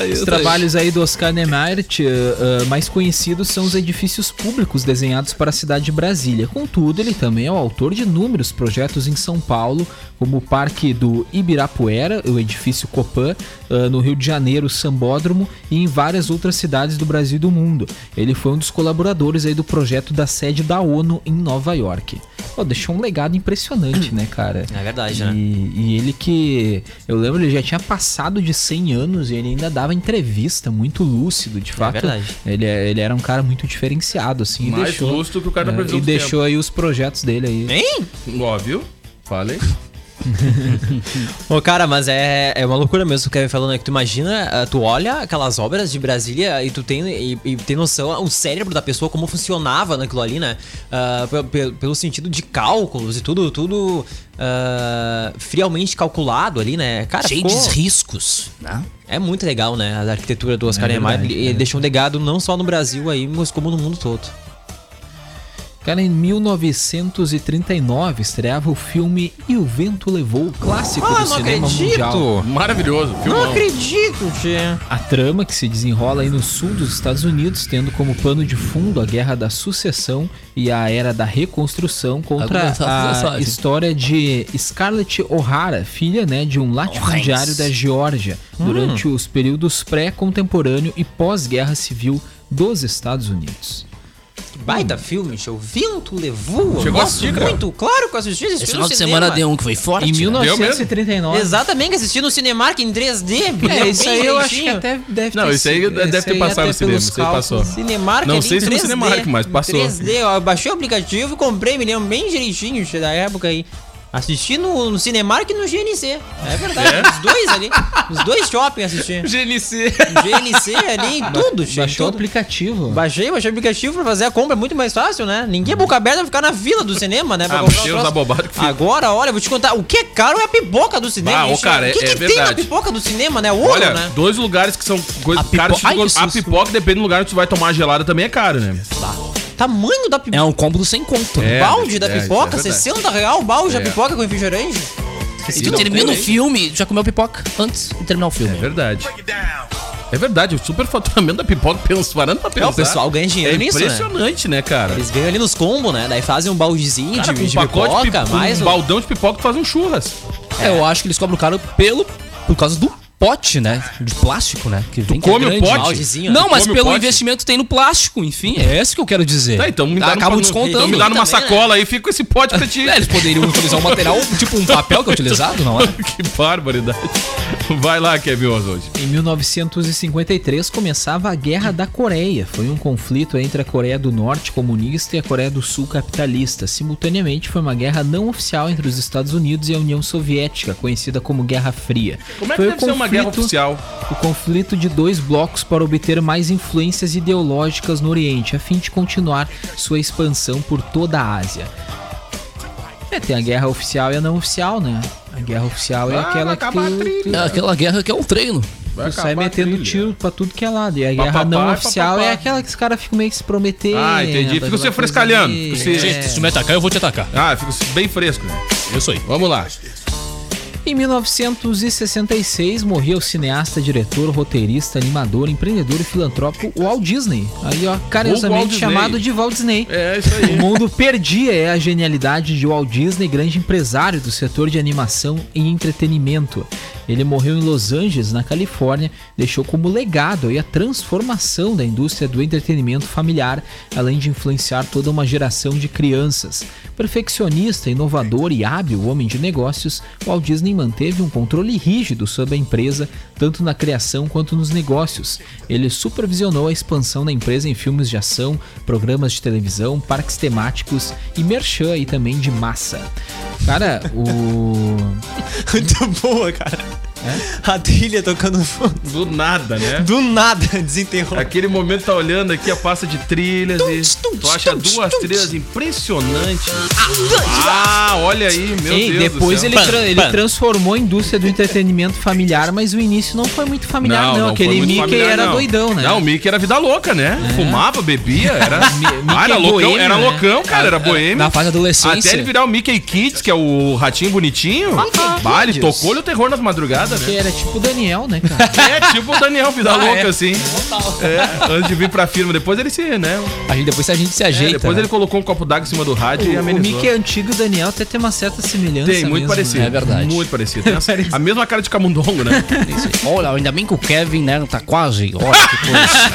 Speaker 7: É
Speaker 6: Os
Speaker 7: isso aí.
Speaker 6: trabalhos aí do Oscar Niemeyer, tchê, ah, mais conhecidos são os edifícios públicos desenhados para a cidade de Brasília. Contudo, ele também é o autor de inúmeros projetos em São Paulo, como o Parque do Ibirapuera, o edifício Copan, ah, no Rio de Janeiro, o Sambódromo e em várias outras cidades do Brasil e do mundo. Ele foi um dos colaboradores aí do projeto da sede da ONU em Nova York. Pô, deixou um legado impressionante, né, cara?
Speaker 5: É verdade,
Speaker 6: e,
Speaker 5: né?
Speaker 6: e ele que. Eu lembro, ele já tinha passado de 100 anos e ele ainda dava entrevista, muito lúcido, de fato.
Speaker 5: verdade.
Speaker 6: Ele, é- ele era um cara muito diferenciado, assim. e
Speaker 4: Mais
Speaker 6: deixou,
Speaker 4: justo que o cara da
Speaker 6: é,
Speaker 4: previsão
Speaker 6: E
Speaker 4: do
Speaker 6: deixou aí os projetos dele aí.
Speaker 5: Hein?
Speaker 4: Ó, viu? Falei.
Speaker 5: Ô, cara, mas é, é uma loucura mesmo o Kevin falando, né? Que tu imagina, ah, tu olha aquelas obras de Brasília e tu tem, e, e tem noção, o cérebro da pessoa, como funcionava naquilo ali, né? Ah, pe- pe- pelo sentido de cálculos e tudo, tudo ah, friamente calculado ali, né? Cara,
Speaker 7: Cheio
Speaker 5: ficou-
Speaker 7: de riscos, né?
Speaker 5: é muito legal, né? A arquitetura do Oscar
Speaker 6: É
Speaker 5: Niemeyer,
Speaker 6: verdade,
Speaker 5: ele, ele
Speaker 6: é.
Speaker 5: deixou um legado não só no Brasil aí, mas como no mundo todo.
Speaker 6: Cara, em 1939 estreava o filme E o Vento Levou, o clássico do cinema mundial.
Speaker 4: Maravilhoso. Filmão.
Speaker 5: acredito, tia.
Speaker 6: A trama que se desenrola aí no sul dos Estados Unidos, tendo como pano de fundo a Guerra da Sucessão e a Era da Reconstrução
Speaker 7: Agora
Speaker 6: contra
Speaker 7: essa
Speaker 6: a
Speaker 7: sucessagem.
Speaker 6: história de Scarlett O'Hara, filha né, de um latifundiário da Geórgia, durante os períodos pré-contemporâneo e pós-guerra civil dos Estados Unidos.
Speaker 5: Baita filme, tio. Vento levou.
Speaker 4: Chegou a
Speaker 5: Gosto
Speaker 4: assistir, cara?
Speaker 5: Muito, claro que eu assisti. assisti
Speaker 7: Esse
Speaker 5: no
Speaker 7: final de
Speaker 5: cinema.
Speaker 7: semana deu um que foi forte.
Speaker 6: Em
Speaker 7: né?
Speaker 6: 1939.
Speaker 5: Exatamente, assisti no Cinemark em 3D.
Speaker 6: É, isso aí eu acho que
Speaker 5: bonitinho.
Speaker 6: até deve
Speaker 4: Não, isso aí
Speaker 6: sido,
Speaker 4: deve
Speaker 6: esse
Speaker 4: ter
Speaker 6: aí
Speaker 4: passado
Speaker 6: até
Speaker 4: no cinema,
Speaker 6: pelos
Speaker 4: isso aí passou.
Speaker 6: cálculos.
Speaker 5: Cinemark é
Speaker 4: Não
Speaker 5: ali
Speaker 4: sei se no
Speaker 5: 3D,
Speaker 4: Cinemark, mas passou.
Speaker 5: 3D, ó, eu baixei o aplicativo, comprei, me lembro bem direitinho tio, da época aí. Assisti no, no Cinemark e no GNC. É verdade, os dois ali. Os dois shopping assisti.
Speaker 4: GNC.
Speaker 5: GNC ali em tudo, tio, em
Speaker 6: Baixou o
Speaker 5: tudo.
Speaker 6: aplicativo.
Speaker 5: Baixei, baixei o aplicativo pra fazer a compra, é muito mais fácil, né? Ninguém é boca aberta pra ficar na fila do cinema, né? Pra
Speaker 4: Ah,
Speaker 5: comprar
Speaker 4: meu
Speaker 5: o
Speaker 4: Deus,
Speaker 5: troço.
Speaker 4: a bobada que fiz.
Speaker 5: Agora, olha, vou te contar, o que é caro é a pipoca do cinema.
Speaker 4: Ah, ô,
Speaker 5: gente.
Speaker 4: cara,
Speaker 5: o que,
Speaker 4: é- é
Speaker 5: que tem na
Speaker 4: verdade.
Speaker 5: pipoca do cinema, né? Ouro,
Speaker 4: Olha,
Speaker 5: né?
Speaker 4: dois lugares que são coisas
Speaker 7: A pipo-
Speaker 4: caras.
Speaker 7: Ai, que
Speaker 4: a
Speaker 7: susto.
Speaker 4: pipoca, depende do lugar onde tu vai tomar a gelada, também é caro, né?
Speaker 5: Tamanho da pipoca.
Speaker 7: É um combo sem conto.
Speaker 4: É,
Speaker 5: balde da
Speaker 4: é,
Speaker 5: pipoca,
Speaker 4: isso é verdade.
Speaker 5: 60 real o balde
Speaker 4: É.
Speaker 5: da pipoca com refrigerante?
Speaker 6: É,
Speaker 7: Se tu termina o filme, já comeu pipoca antes de terminar o
Speaker 4: É
Speaker 7: filme.
Speaker 4: verdade. É verdade, o superfaturamento da pipoca, pens- parando pra pensar.
Speaker 5: o pessoal ganha dinheiro
Speaker 4: é
Speaker 5: nisso, né?
Speaker 4: impressionante, né, cara?
Speaker 5: Eles ganham ali nos combos, né? Daí fazem um baldezinho
Speaker 4: Cara,
Speaker 5: de,
Speaker 4: com um
Speaker 5: de
Speaker 4: pacote de
Speaker 5: pipoca,
Speaker 4: pipoca,
Speaker 5: mais
Speaker 4: um
Speaker 5: o-
Speaker 4: baldão de pipoca, tu faz um churras.
Speaker 7: É, eu acho que eles cobram caro pelo por causa do pote, né? De plástico, né? Que vem que
Speaker 4: come o pote?
Speaker 5: baldezinho, né?
Speaker 7: Não,
Speaker 4: Tu
Speaker 7: mas
Speaker 4: come o
Speaker 7: pelo
Speaker 4: pote?
Speaker 7: investimento que tem no plástico, enfim, é isso que eu quero dizer.
Speaker 4: Tá, então me dá
Speaker 7: Acabam
Speaker 4: num-
Speaker 7: descontando.
Speaker 4: Então me dá numa
Speaker 5: Também, né?
Speaker 4: sacola aí, fica com esse pote pra ti.
Speaker 7: É, eles poderiam utilizar um material, tipo um papel que é utilizado, não é?
Speaker 4: que barbaridade. Vai lá, Kevin Oswald.
Speaker 6: Em 1953 começava a Guerra da Coreia. Foi um conflito entre a Coreia do Norte comunista e a Coreia do Sul capitalista. Simultaneamente, foi uma guerra não oficial entre os Estados Unidos e a União Soviética, conhecida como Guerra Fria.
Speaker 4: Como é que
Speaker 6: foi o
Speaker 4: deve ser uma guerra
Speaker 6: conflito-
Speaker 4: oficial?
Speaker 6: o conflito de dois blocos para obter mais influências ideológicas no Oriente, a fim de continuar sua expansão por toda a Ásia. É, tem a guerra oficial e a não oficial, né? A guerra oficial é aquela que
Speaker 4: Ah, acabar a
Speaker 6: tu-
Speaker 4: trilha.
Speaker 7: É aquela guerra que é um treino.
Speaker 4: Vai
Speaker 6: Tu sai
Speaker 4: acabar a
Speaker 6: metendo
Speaker 4: trilha.
Speaker 6: tiro pra tudo que é lado. E a guerra
Speaker 4: Papapá,
Speaker 6: não
Speaker 4: papapá.
Speaker 6: oficial é aquela que os caras ficam meio que se prometendo.
Speaker 4: Ah, entendi. Fica
Speaker 6: aquela
Speaker 4: se frescalhando.
Speaker 6: coisa ali.
Speaker 4: Fica se-
Speaker 6: É.
Speaker 7: Se tu me atacar, eu vou te atacar.
Speaker 4: Ah, fico bem fresco, né?
Speaker 7: Isso aí.
Speaker 4: Vamos lá.
Speaker 6: Em 1966 morreu o cineasta, diretor, roteirista, animador, empreendedor e filantropo Walt Disney. Aí, ó,
Speaker 4: Walt
Speaker 6: carinhosamente
Speaker 4: Disney.
Speaker 6: chamado de Walt Disney.
Speaker 4: É isso
Speaker 6: O
Speaker 4: aí.
Speaker 6: mundo perdia é a genialidade de Walt Disney, grande empresário do setor de animação e entretenimento. Ele morreu em Los Angeles, na Califórnia, deixou como legado aí a transformação da indústria do entretenimento familiar, além de influenciar toda uma geração de crianças. Perfeccionista, inovador e hábil homem de negócios, Walt Disney manteve um controle rígido sobre a empresa, tanto na criação quanto nos negócios. Ele supervisionou a expansão da empresa em filmes de ação, programas de televisão, parques temáticos e merchan aí também de massa. Cara, o
Speaker 5: Muito boa, cara.
Speaker 6: É?
Speaker 5: A trilha tocando no fundo.
Speaker 4: Do nada, né?
Speaker 5: Do nada, desenterrou.
Speaker 4: Aquele momento tá olhando aqui a pasta de trilhas
Speaker 5: Tuts,
Speaker 4: e
Speaker 5: tuts,
Speaker 4: tu acha
Speaker 5: tuts,
Speaker 4: duas
Speaker 5: tuts.
Speaker 4: trilhas impressionantes. Ah, olha aí, meu
Speaker 6: Sim,
Speaker 4: Deus.
Speaker 6: depois
Speaker 4: do
Speaker 6: ele,
Speaker 4: céu.
Speaker 6: tra- ele transformou a indústria do entretenimento familiar, mas o início não foi muito familiar, não.
Speaker 4: foi
Speaker 6: Aquele
Speaker 4: muito
Speaker 6: Mickey
Speaker 4: familiar,
Speaker 6: era
Speaker 4: não.
Speaker 6: doidão, né?
Speaker 4: Não, o Mickey era vida louca, né? Fumava, bebia, era. ah, era
Speaker 6: é
Speaker 4: loucão,
Speaker 6: boêmio,
Speaker 4: era
Speaker 6: né?
Speaker 4: loucão, cara, era boêmio.
Speaker 7: Na fase da adolescência.
Speaker 4: Até ele virar o Mickey Kids, que é o ratinho bonitinho. Bah, ele tocou-lhe o terror nas madrugadas,
Speaker 6: Que
Speaker 4: né?
Speaker 6: era tipo o Daniel, né, cara?
Speaker 4: É tipo o Daniel Vida
Speaker 6: Ah,
Speaker 4: Louca,
Speaker 7: é.
Speaker 4: assim. É, antes de vir pra firma. Depois ele se, né?
Speaker 7: A gente, depois a gente se
Speaker 4: É,
Speaker 7: ajeita.
Speaker 4: depois
Speaker 7: né?
Speaker 4: ele colocou um copo d'água em cima do rádio e
Speaker 6: o, o
Speaker 4: amenizou.
Speaker 6: Mickey é antigo e o Daniel até tem uma certa semelhança.
Speaker 4: Tem, muito
Speaker 6: mesmo,
Speaker 4: parecido.
Speaker 6: né?
Speaker 7: é verdade.
Speaker 4: Muito parecido. Tem essa- a mesma cara de camundongo, né?
Speaker 7: Olha, ainda bem que o Kevin, né, tá quase. Olha que coisa.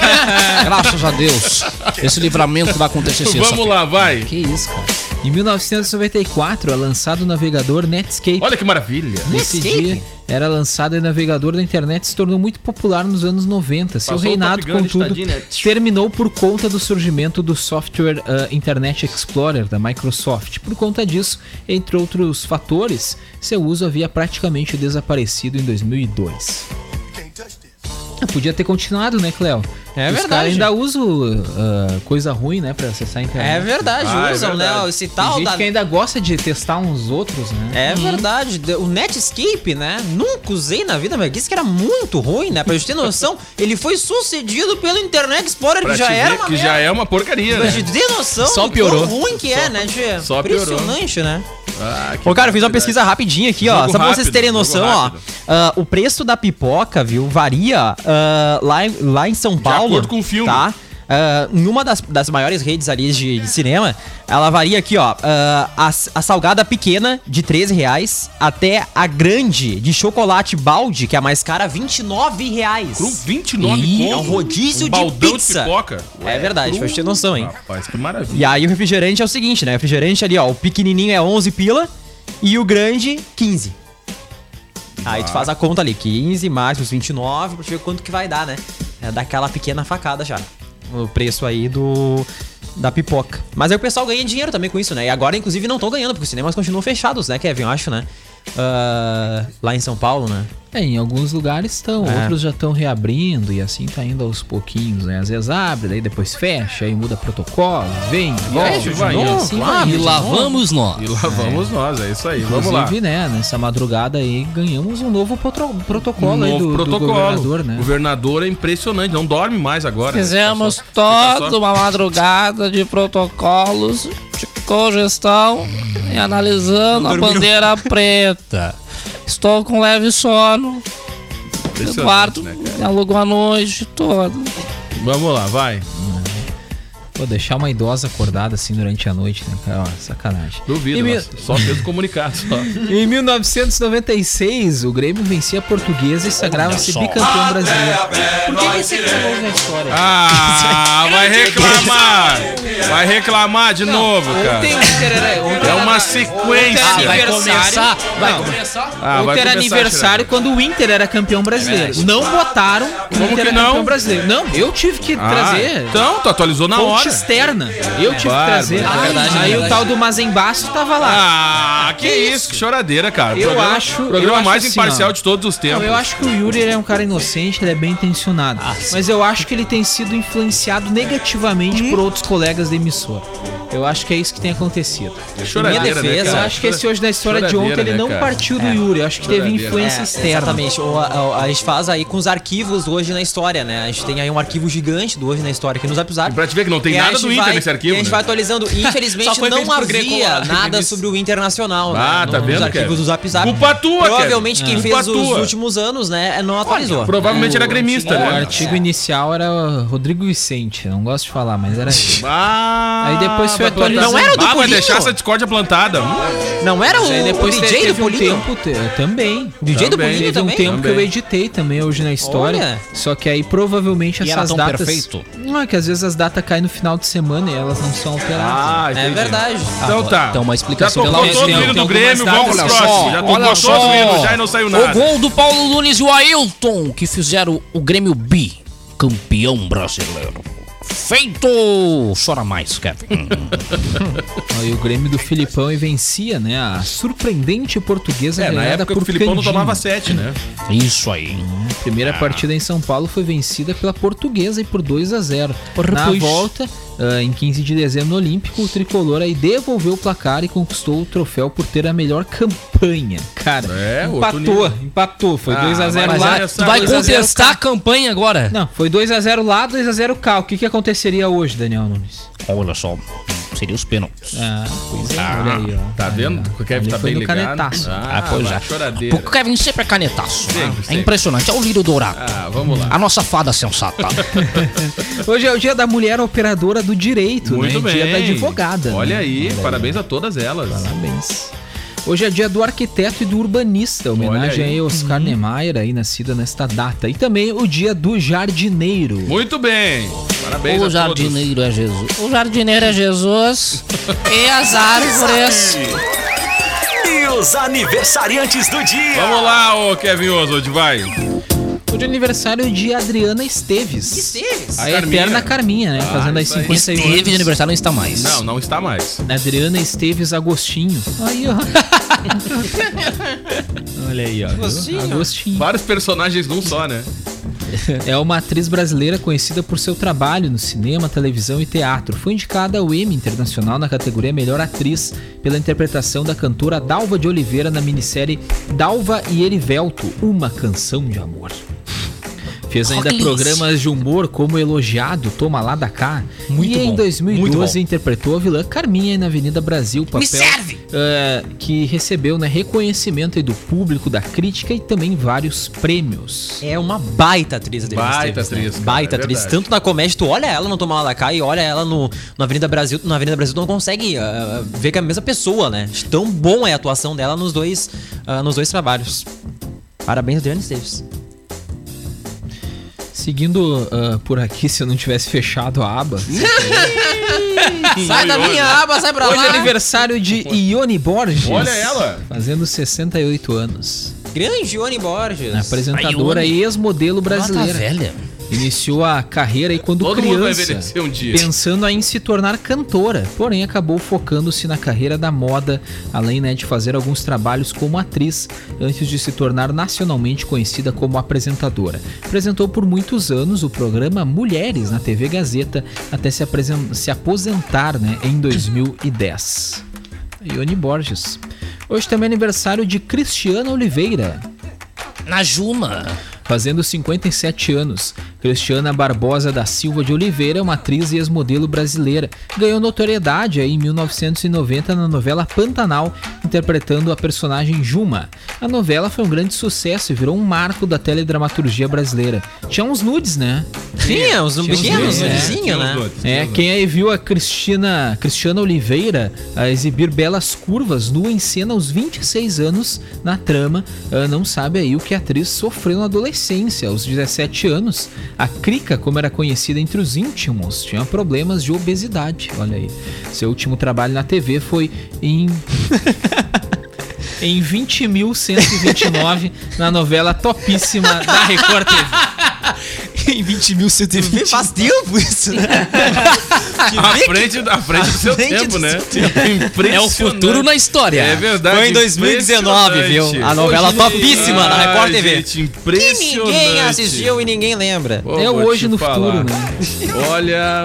Speaker 7: Graças a Deus. Esse livramento vai acontecer
Speaker 4: Vamos lá, vai.
Speaker 7: Que isso, cara.
Speaker 6: Em 1994 é lançado o navegador Netscape.
Speaker 4: Olha que maravilha.
Speaker 6: Nesse dia era lançado em navegador da internet e se tornou muito popular nos anos 90. Seu
Speaker 4: Passou o
Speaker 6: reinado,
Speaker 4: Top Gun de
Speaker 6: contudo,
Speaker 4: ditadinho, né?
Speaker 6: terminou por conta do surgimento do software ah, Internet Explorer da Microsoft. Por conta disso, entre outros fatores, seu uso havia praticamente desaparecido em 2002. Ah, Podia ter continuado, né, Cleo?
Speaker 5: É
Speaker 6: Os
Speaker 5: verdade.
Speaker 6: caras ainda usam ah, coisa ruim, né, pra acessar a internet.
Speaker 5: É verdade,
Speaker 4: Ah, é
Speaker 5: usam,
Speaker 4: verdade.
Speaker 5: né? Esse
Speaker 6: Tem
Speaker 5: tal
Speaker 6: gente
Speaker 5: da.
Speaker 6: que é ainda gosta de testar uns outros, né?
Speaker 5: É
Speaker 4: Uhum.
Speaker 5: verdade, de- o Netscape, né? Nunca usei na vida, mas disse que era muito ruim, né? Pra gente ter noção, ele foi sucedido pelo Internet Explorer,
Speaker 4: Pra
Speaker 5: que já
Speaker 4: te
Speaker 5: era
Speaker 4: ver
Speaker 5: uma
Speaker 4: que já é uma porcaria,
Speaker 5: Pra
Speaker 4: né?
Speaker 5: gente ter noção
Speaker 7: Só
Speaker 5: do
Speaker 7: piorou.
Speaker 5: quão ruim que é, né, Tchê?
Speaker 4: Só piorou.
Speaker 5: Impressionante, né?
Speaker 4: Ah, que
Speaker 5: Ô, cara, eu fiz uma
Speaker 4: barbaridade.
Speaker 5: pesquisa rapidinha aqui, ó.
Speaker 4: Jogo
Speaker 5: só pra vocês
Speaker 4: rápido,
Speaker 5: terem
Speaker 4: jogo
Speaker 5: noção, ó.
Speaker 4: rápido.
Speaker 5: Ah, o preço da pipoca, viu, varia ah, lá, em- lá em São Paulo.
Speaker 4: acordo com o filme.
Speaker 5: Tá? Ah, em uma das, das maiores redes ali de, de cinema, ela varia aqui, ó. ah, a, a salgada pequena, de 13 reais, até a grande, de chocolate balde, que é a mais cara, 29 reais.
Speaker 4: Cru, 29
Speaker 5: Ih,
Speaker 4: conto.
Speaker 5: é um rodízio de
Speaker 4: baldão
Speaker 5: pizza.
Speaker 4: de pipoca.
Speaker 5: É verdade, pra gente ter noção, hein?
Speaker 4: Rapaz, que
Speaker 5: E
Speaker 4: maravilha.
Speaker 5: aí o refrigerante é o seguinte, né? O refrigerante ali, ó, o pequenininho é 11 pila e o grande 15. Aí tu faz a conta ali, 15 mais os 29, pra te ver quanto que vai dar, né? É daquela pequena facada já. O preço aí do da pipoca. Mas aí o pessoal ganha dinheiro também com isso, né? E agora inclusive não estão ganhando, porque os cinemas continuam fechados, né, Kevin, eu acho, né? Ah, lá em São Paulo, né?
Speaker 6: É, em alguns lugares estão,
Speaker 5: É.
Speaker 6: outros já estão reabrindo e assim tá indo aos pouquinhos, né? Às vezes abre, daí depois fecha, aí muda protocolo, vem, volta.
Speaker 4: aí vai indo.
Speaker 6: assim
Speaker 7: Ah,
Speaker 6: vai
Speaker 7: e
Speaker 6: indo.
Speaker 7: lá vamos nós.
Speaker 4: E lá vamos nós, é isso aí. Vamos lá.
Speaker 6: Inclusive, né, nessa madrugada aí ganhamos um novo potro- protocolo
Speaker 4: Um
Speaker 6: aí
Speaker 4: novo
Speaker 6: do,
Speaker 4: protocolo.
Speaker 6: do governador, né?
Speaker 4: Governador é impressionante, não dorme mais agora. né?
Speaker 7: Fizemos
Speaker 4: Fica só- fica
Speaker 7: toda uma madrugada de protocolos de cogestão e analisando a bandeira preta. Estou com leve sono.
Speaker 4: Impressionante,
Speaker 7: Eduardo
Speaker 4: né,
Speaker 7: me alugou a noite toda.
Speaker 4: só- Vamos lá, vai.
Speaker 6: Pô, deixar uma idosa acordada assim durante a noite, né, cara? Ó, sacanagem.
Speaker 4: Duvido,
Speaker 6: E me-
Speaker 4: nossa, só fez o comunicado. Só.
Speaker 6: Em 1996, o Grêmio vencia a portuguesa e sagrava-se bicampeão brasileiro.
Speaker 4: é, Ah, vai reclamar! Vai reclamar de é novo, cara.
Speaker 6: Ontem o Inter era- ontem
Speaker 4: É
Speaker 6: era-
Speaker 4: uma
Speaker 6: Ontem
Speaker 4: sequência.
Speaker 6: era aniversário. Vai
Speaker 4: Ah, vai
Speaker 6: Ontem era
Speaker 4: começar,
Speaker 6: aniversário quando o Inter era campeão brasileiro. não botaram o
Speaker 4: É Como
Speaker 6: Inter
Speaker 4: que
Speaker 6: era
Speaker 4: não?
Speaker 6: campeão brasileiro. Não, eu tive que
Speaker 4: Ah,
Speaker 6: trazer.
Speaker 4: Então, tu atualizou na
Speaker 6: Fonte
Speaker 4: hora.
Speaker 6: externa. Eu tive
Speaker 4: Bárbaro.
Speaker 6: que trazer.
Speaker 4: É
Speaker 7: verdade, é
Speaker 6: aí o
Speaker 7: verdade.
Speaker 6: tal do Mazembaço tava lá.
Speaker 4: Ah, que, isso? que choradeira, cara.
Speaker 6: Eu acho- eu
Speaker 4: Programa
Speaker 6: acho
Speaker 4: mais
Speaker 6: assim,
Speaker 4: imparcial
Speaker 6: ó.
Speaker 4: de todos os
Speaker 6: Não,
Speaker 4: tempos.
Speaker 6: eu acho que o Yuri ele é um cara inocente, ele é bem intencionado.
Speaker 4: Ah,
Speaker 6: mas eu acho que ele tem sido influenciado negativamente por outros colegas da emissora. Eu acho que é isso que tem acontecido.
Speaker 4: Choradeira,
Speaker 6: Minha defesa,
Speaker 4: né, cara?
Speaker 6: eu acho que esse hoje da história de
Speaker 4: Choradeira,
Speaker 6: ontem ele
Speaker 4: né,
Speaker 6: não
Speaker 4: cara?
Speaker 6: partiu do Yuri. Eu acho que teve
Speaker 4: Choradeira.
Speaker 6: influência
Speaker 5: É,
Speaker 6: externa.
Speaker 5: Exatamente. O- a, a gente faz aí com os arquivos do Hoje na História, né? A gente tem aí um arquivo gigante do Hoje na História aqui nos WhatsApp.
Speaker 4: E pra te ver que não tem
Speaker 5: E aí a
Speaker 4: nada
Speaker 5: gente
Speaker 4: do Inter
Speaker 5: vai-
Speaker 4: nesse arquivo,
Speaker 5: E a gente
Speaker 4: né?
Speaker 5: vai atualizando.
Speaker 7: Só
Speaker 5: Infelizmente,
Speaker 7: foi feito
Speaker 5: não
Speaker 7: por Greco
Speaker 5: havia
Speaker 7: lá,
Speaker 5: nada
Speaker 7: Vinícius.
Speaker 5: sobre o Internacional.
Speaker 4: Ah,
Speaker 5: né?
Speaker 4: tá
Speaker 5: no-
Speaker 4: vendo,
Speaker 5: Nos arquivos
Speaker 4: Kevin?
Speaker 5: do WhatsApp.
Speaker 4: Culpa tua,
Speaker 5: Provavelmente
Speaker 4: Kevin.
Speaker 5: quem
Speaker 4: Culpa
Speaker 5: fez os
Speaker 4: tua.
Speaker 5: últimos anos, né, não atualizou.
Speaker 4: Provavelmente era gremista,
Speaker 6: O
Speaker 4: né?
Speaker 6: artigo inicial era Rodrigo Vicente, não gosto de falar, mas era ele.
Speaker 4: Ah,
Speaker 6: Aí depois
Speaker 4: plantada.
Speaker 7: foi atualizado.
Speaker 5: Não era o do
Speaker 4: Ah, vai
Speaker 5: Corinho?
Speaker 4: deixar essa discórdia plantada. Hum?
Speaker 5: Não era
Speaker 6: Mas
Speaker 5: o,
Speaker 6: aí depois
Speaker 5: o
Speaker 6: te-
Speaker 5: DJ do
Speaker 6: teve um
Speaker 5: Bolinho?
Speaker 6: tempo, te- também.
Speaker 5: DJ do
Speaker 4: Também.
Speaker 5: Bolinho
Speaker 6: Teve um
Speaker 5: também?
Speaker 6: tempo
Speaker 4: Também.
Speaker 6: que eu editei também hoje na história.
Speaker 5: Olha.
Speaker 6: Só que aí provavelmente
Speaker 5: E era
Speaker 6: essas
Speaker 5: tão
Speaker 6: datas.
Speaker 5: perfeito?
Speaker 6: Não, é que às vezes as datas caem no final de semana e elas não são alteradas.
Speaker 5: É
Speaker 4: Ah, entendi.
Speaker 5: verdade.
Speaker 6: Ah,
Speaker 4: Então tá.
Speaker 5: Então uma explicação
Speaker 4: Já tocou
Speaker 5: pela
Speaker 4: todo o
Speaker 5: minha
Speaker 4: hino
Speaker 5: opinião.
Speaker 4: do
Speaker 7: Tem algumas
Speaker 4: Grêmio, vamos pro
Speaker 7: datas.
Speaker 4: próximo.
Speaker 7: Olha
Speaker 4: Já
Speaker 7: só,
Speaker 4: tocou
Speaker 7: olha
Speaker 4: todo o
Speaker 7: só.
Speaker 4: hino já e não saiu nada.
Speaker 7: O gol do Paulo Nunes e o Ailton, que fizeram o Grêmio B, campeão brasileiro. Feito! Chora mais, Kevin.
Speaker 6: Ó, E o Grêmio do Filipão e vencia, né? A surpreendente portuguesa
Speaker 4: É, na
Speaker 6: ganhada
Speaker 4: época que
Speaker 6: por
Speaker 4: o Filipão não
Speaker 6: Candinho.
Speaker 4: tomava sete, né?
Speaker 7: Isso aí.
Speaker 6: Primeira
Speaker 4: Ah.
Speaker 6: partida em São Paulo foi vencida pela Portuguesa e por 2 a 0.
Speaker 7: Porra,
Speaker 6: Na
Speaker 7: pois.
Speaker 6: volta, ah, em 15 de dezembro no Olímpico, o tricolor aí devolveu o placar e conquistou o troféu por ter a melhor campanha. Cara,
Speaker 4: É, outro
Speaker 6: empatou,
Speaker 4: nível.
Speaker 6: empatou, foi
Speaker 4: Ah,
Speaker 6: 2 a 0
Speaker 4: mas
Speaker 6: lá.
Speaker 4: olha só,
Speaker 7: Tu vai
Speaker 4: 2 a 0
Speaker 7: contestar a campanha agora?
Speaker 6: Não, foi 2 a 0 lá, 2 a 0 cá. O que que aconteceria hoje, Daniel Nunes?
Speaker 7: Olha só, seria os pênaltis.
Speaker 6: Ah, pois é,
Speaker 4: Ah,
Speaker 6: olha aí, ó.
Speaker 4: Tá vendo? O Kevin
Speaker 6: Ali
Speaker 4: tá
Speaker 6: foi
Speaker 4: bem
Speaker 6: no
Speaker 4: ligado.
Speaker 6: canetaço.
Speaker 4: Ah, pois já. Choradeira.
Speaker 7: Porque o Kevin sempre é canetaço.
Speaker 8: ah,
Speaker 4: Sempre,
Speaker 7: né? É
Speaker 4: sempre.
Speaker 7: impressionante. É o Lírio Dourado.
Speaker 4: Ah, vamos lá.
Speaker 7: A nossa fada sensata.
Speaker 6: Hoje é o dia da mulher operadora do direito,
Speaker 4: Muito
Speaker 6: né?
Speaker 4: bem.
Speaker 6: Dia da advogada.
Speaker 4: Olha
Speaker 6: né?
Speaker 4: aí, parabéns a todas elas.
Speaker 6: Parabéns. Hoje é dia do arquiteto e do urbanista, homenagem
Speaker 4: aí.
Speaker 6: aí a Oscar
Speaker 7: Uhum.
Speaker 6: Niemeyer, aí nascida nesta data. E também o dia do jardineiro.
Speaker 4: Muito bem. Parabéns
Speaker 7: o
Speaker 4: a todos.
Speaker 7: jardineiro é Jesus. O jardineiro é Jesus. e as árvores.
Speaker 3: E os aniversariantes do dia.
Speaker 4: Vamos lá, ô Kevin Oswald, vai.
Speaker 6: Hoje é aniversário de Adriana Esteves.
Speaker 5: Esteves?
Speaker 4: A Ah,
Speaker 6: A eterna Carminha, né? Fazendo as
Speaker 4: isso aí.
Speaker 6: 51
Speaker 7: Teve de
Speaker 6: anos. Né,
Speaker 7: aniversário, não está mais.
Speaker 4: Não, não está mais.
Speaker 6: Adriana Esteves Agostinho. Aí, ó. Olha aí, ó. Agostinho. Agostinho.
Speaker 4: Vários personagens num só, né?
Speaker 6: É uma atriz brasileira conhecida por seu trabalho no cinema, televisão e teatro. Foi indicada ao Emmy Internacional na categoria Melhor Atriz pela interpretação da cantora Dalva de Oliveira na minissérie Dalva e Erivelto, Uma Canção de Amor. Fez ainda
Speaker 7: Rock Lee.
Speaker 6: programas de humor como Elogiado, Toma Lá da Cá. Muito e em 2012 interpretou a vilã Carminha na Avenida Brasil, papel eh, que recebeu né, reconhecimento aí do público, da crítica e também vários prêmios.
Speaker 5: É uma baita atriz, Adriana
Speaker 4: Baita
Speaker 5: Esteves, né?
Speaker 4: atriz, cara,
Speaker 5: baita
Speaker 4: é
Speaker 5: atriz.
Speaker 4: verdade.
Speaker 5: Tanto na comédia, tu olha ela no Tomar Lá da Cá e olha ela no, no Avenida Brasil. Na Avenida Brasil tu não consegue ah, ver que é a mesma pessoa, né? De Tão bom é a atuação dela nos dois, ah, nos dois trabalhos. Parabéns, Adriana Esteves.
Speaker 6: Seguindo ah, por aqui, se eu não tivesse fechado a aba.
Speaker 5: Sai da minha aba, sai pra
Speaker 6: Hoje é aniversário de Ione Borges.
Speaker 4: Olha ela.
Speaker 6: Fazendo 68 anos.
Speaker 5: Grande Johnny Borges.
Speaker 6: Apresentadora e ex-modelo
Speaker 7: Ela tá
Speaker 6: brasileira.
Speaker 7: velha.
Speaker 6: Iniciou a carreira aí quando
Speaker 4: Todo mundo vai
Speaker 6: criança.
Speaker 4: envelhecer um dia.
Speaker 6: Pensando aí em se tornar cantora, porém acabou focando-se na carreira da moda, além né, de fazer alguns trabalhos como atriz, antes de se tornar nacionalmente conhecida como apresentadora. Apresentou por muitos anos o programa Mulheres na TV Gazeta, até se, apresen- se aposentar né, em 2010. Ione Borges. Hoje também é aniversário de Cristiana Oliveira,
Speaker 7: Na Juma.
Speaker 6: fazendo 57 anos. Cristiana Barbosa da Silva de Oliveira é uma atriz e ex-modelo brasileira. Ganhou notoriedade aí em 1990 na novela Pantanal, interpretando a personagem Juma. A novela foi um grande sucesso e virou um marco da teledramaturgia brasileira. Tinha uns nudes, né?
Speaker 5: Tinha, uns
Speaker 6: Tinha uns
Speaker 5: pequenos,
Speaker 6: dois, né?
Speaker 5: vizinho,
Speaker 4: Tinha os
Speaker 5: né?
Speaker 4: dois, tinha
Speaker 6: É,
Speaker 4: os dois.
Speaker 6: quem aí viu a Cristina, Cristiana Oliveira a exibir belas curvas nua em cena aos 26 anos na trama, ah, não sabe aí o que a atriz sofreu na adolescência, aos 17 anos. A Crica, como era conhecida entre os íntimos, tinha problemas de obesidade. Olha aí. Seu último trabalho na TV foi em em 20.129 na novela topíssima da Record TV.
Speaker 5: em 20.120. Faz tempo isso, né?
Speaker 4: À frente, à frente do seu
Speaker 5: frente
Speaker 4: tempo,
Speaker 5: do
Speaker 4: né?
Speaker 5: seu
Speaker 7: É o futuro na história.
Speaker 4: É verdade.
Speaker 5: Foi em 2019, viu? A novela topíssima na Record TV.
Speaker 4: Gente,
Speaker 5: Que
Speaker 4: impressionante.
Speaker 5: ninguém assistiu e ninguém lembra.
Speaker 4: Pô,
Speaker 6: É
Speaker 4: vou
Speaker 6: hoje
Speaker 4: te
Speaker 6: no futuro, né?
Speaker 4: Olha.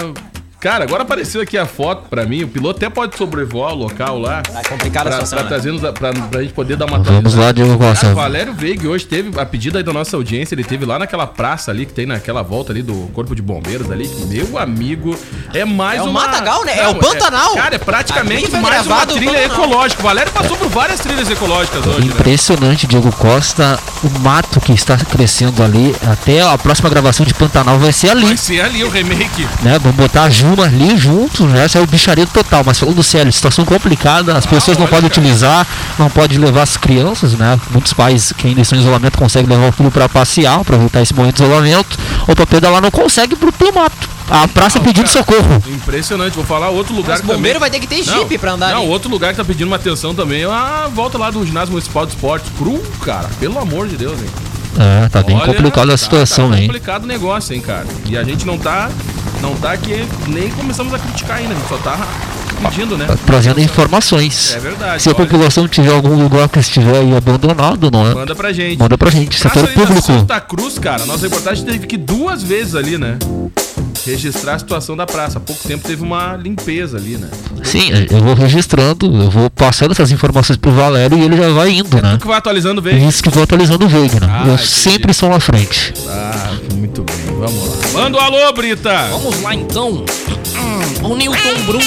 Speaker 4: Cara, agora apareceu aqui a foto pra mim. O piloto até pode sobrevoar o local lá.
Speaker 5: Tá complicada a
Speaker 4: pra,
Speaker 5: situação,
Speaker 4: pra,
Speaker 5: né?
Speaker 4: trazermos a- pra, pra gente poder dar uma
Speaker 8: Vamos lá, Diego
Speaker 4: Cara, o
Speaker 8: Costa.
Speaker 4: Valério Veiga hoje teve, a pedido aí da nossa audiência, ele teve lá naquela praça ali, que tem naquela volta ali do Corpo de Bombeiros ali, que, meu amigo, é mais
Speaker 5: É o
Speaker 4: uma...
Speaker 5: Matagal, né? É o Pantanal.
Speaker 4: cara, é praticamente
Speaker 5: Aqui foi
Speaker 4: mais uma
Speaker 5: gravado o
Speaker 4: trilha
Speaker 5: Pantanal.
Speaker 4: ecológica. O Valério passou por várias trilhas ecológicas hoje, né?
Speaker 8: Impressionante, Diego Costa. O mato que está crescendo ali. Até a próxima gravação de Pantanal vai ser ali.
Speaker 4: Vai ser é ali o remake.
Speaker 8: Né? Vamos botar a Ju Bruno ali junto, né? já saiu bicharia total. Mas falando sério, situação complicada,
Speaker 4: Ah,
Speaker 8: as pessoas não
Speaker 4: né?
Speaker 8: podem utilizar, não podem levar as crianças, né? Muitos pais que ainda estão em isolamento conseguem levar o filho para passear, aproveitar esse momento de isolamento, ou para pedalar não consegue pro pro mato. A
Speaker 4: Ah,
Speaker 8: praça pedindo socorro.
Speaker 4: Impressionante, vou falar outro lugar
Speaker 5: Mas
Speaker 4: que
Speaker 5: bombeiro vai
Speaker 4: também...
Speaker 5: ter que ter jipe pra andar.
Speaker 4: Não,
Speaker 5: ali.
Speaker 4: outro lugar que tá pedindo uma atenção também é a volta lá do ginásio municipal de esportes. Cru, cara, pelo amor de Deus, hein?
Speaker 8: É, tá bem
Speaker 4: Olha,
Speaker 8: complicada
Speaker 4: tá-
Speaker 8: a situação,
Speaker 4: tá
Speaker 8: hein?
Speaker 4: complicado o negócio, hein, cara. E a gente não tá. Não tá aqui, nem começamos a criticar ainda, a gente só tá pedindo, né?
Speaker 8: Tá Trazendo informações.
Speaker 4: É verdade.
Speaker 8: Se a
Speaker 4: olha,
Speaker 8: população tiver algum lugar que estiver aí abandonado, não é?
Speaker 4: Manda pra gente.
Speaker 8: Manda pra gente, setor
Speaker 4: ali na
Speaker 8: público.
Speaker 4: Santa Cruz, cara, nossa reportagem teve que ir duas vezes ali, né? Registrar a situação da praça. Há pouco tempo teve uma limpeza ali, né?
Speaker 8: Sim, é, eu vou registrando, eu vou passando essas informações pro Valério e ele já vai indo, né?
Speaker 4: O que vai atualizando
Speaker 8: É
Speaker 4: vem.
Speaker 8: isso que vou atualizando o Wagner.
Speaker 4: Ah,
Speaker 8: eu
Speaker 4: entendi.
Speaker 8: sempre estou na frente.
Speaker 4: Ah, muito bem,
Speaker 8: Uhum.
Speaker 4: vamos lá. Manda o alô, Brita!
Speaker 7: Vamos lá então. Hum, O Newton Brum,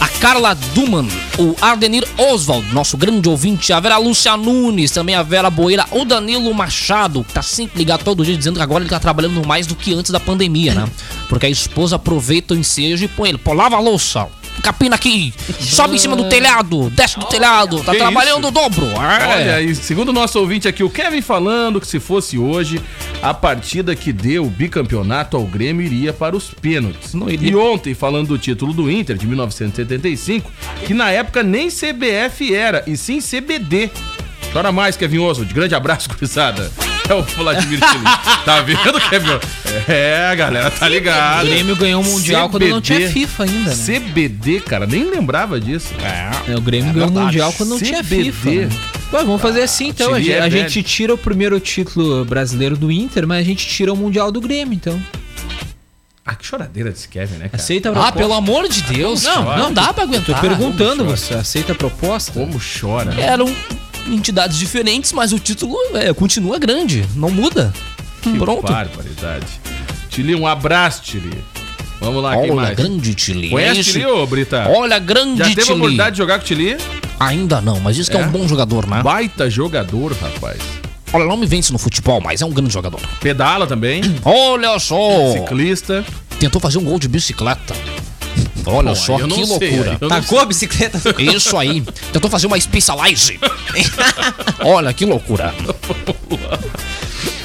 Speaker 7: a Carla Duman, o Ardenir Oswald, nosso grande ouvinte, a Vera Lúcia Nunes, também a Vera Boeira, o Danilo Machado, que tá sempre ligado todo dia dizendo que agora ele tá trabalhando mais do que antes da pandemia, né? Porque a esposa aproveita o ensejo e põe ele, pô, lava a louça. Capina aqui, sobe em cima do telhado, desce do telhado, tá
Speaker 4: que
Speaker 7: trabalhando
Speaker 4: isso?
Speaker 7: o dobro. É.
Speaker 4: Olha aí, segundo o nosso ouvinte aqui, o Kevin falando que se fosse hoje, a partida que deu o bicampeonato ao Grêmio iria para os pênaltis.
Speaker 7: Não iria.
Speaker 4: E ontem, falando do título do Inter de 1975, que na época nem CBF era, e sim CBD. Chora mais, Kevin Oswald. Grande abraço, cruzada. É o Vladimir Chile. Tá vendo, Kevin? É, a galera tá
Speaker 6: O
Speaker 4: ligado.
Speaker 6: Grêmio ganhou o Mundial quando não tinha
Speaker 4: CBD.
Speaker 6: FIFA ainda, né?
Speaker 4: CBD, cara, nem lembrava disso.
Speaker 6: É, o Grêmio ganhou o
Speaker 4: verdade.
Speaker 6: Mundial quando não tinha
Speaker 4: CBD.
Speaker 6: FIFA. né? Ué, vamos fazer assim então. A
Speaker 4: Chile
Speaker 6: gente,
Speaker 4: é
Speaker 6: a
Speaker 4: velho.
Speaker 6: gente tira o primeiro título brasileiro do Inter, mas a gente tira o Mundial do Grêmio, então.
Speaker 4: Ah, que choradeira desse Kevin,
Speaker 6: É
Speaker 4: né, cara?
Speaker 6: Aceita a
Speaker 7: Ah,
Speaker 6: proposta.
Speaker 7: pelo amor de Deus. Não, não dá pra aguentar.
Speaker 6: Tô perguntando, você aceita a proposta?
Speaker 4: Como chora.
Speaker 7: eram entidades diferentes, mas o título é, continua grande, não muda.
Speaker 4: Que
Speaker 7: Pronto.
Speaker 4: barbaridade. Tili, um abraço, Tili. Vamos lá, quem
Speaker 7: Olha,
Speaker 4: mais?
Speaker 7: grande Tili.
Speaker 4: Conhece
Speaker 7: Esse-
Speaker 4: Tili, ô Brita?
Speaker 7: Olha, grande
Speaker 4: Já teve a
Speaker 7: Tili.
Speaker 4: oportunidade de jogar com o Tili?
Speaker 7: Ainda não, mas diz que é,
Speaker 4: É?
Speaker 7: um bom jogador, né?
Speaker 4: Baita jogador, rapaz.
Speaker 7: Olha, não me vence no futebol, mas é um grande jogador.
Speaker 4: Pedala também,
Speaker 7: Olha só!
Speaker 4: ciclista.
Speaker 7: Tentou fazer um gol de bicicleta. Olha
Speaker 4: Bom,
Speaker 7: só,
Speaker 4: aí eu não
Speaker 7: que
Speaker 4: sei, aí
Speaker 7: loucura.
Speaker 4: eu não
Speaker 5: Tacou a bicicleta.
Speaker 7: Isso aí. Tentou fazer uma Specialize. Olha, que loucura.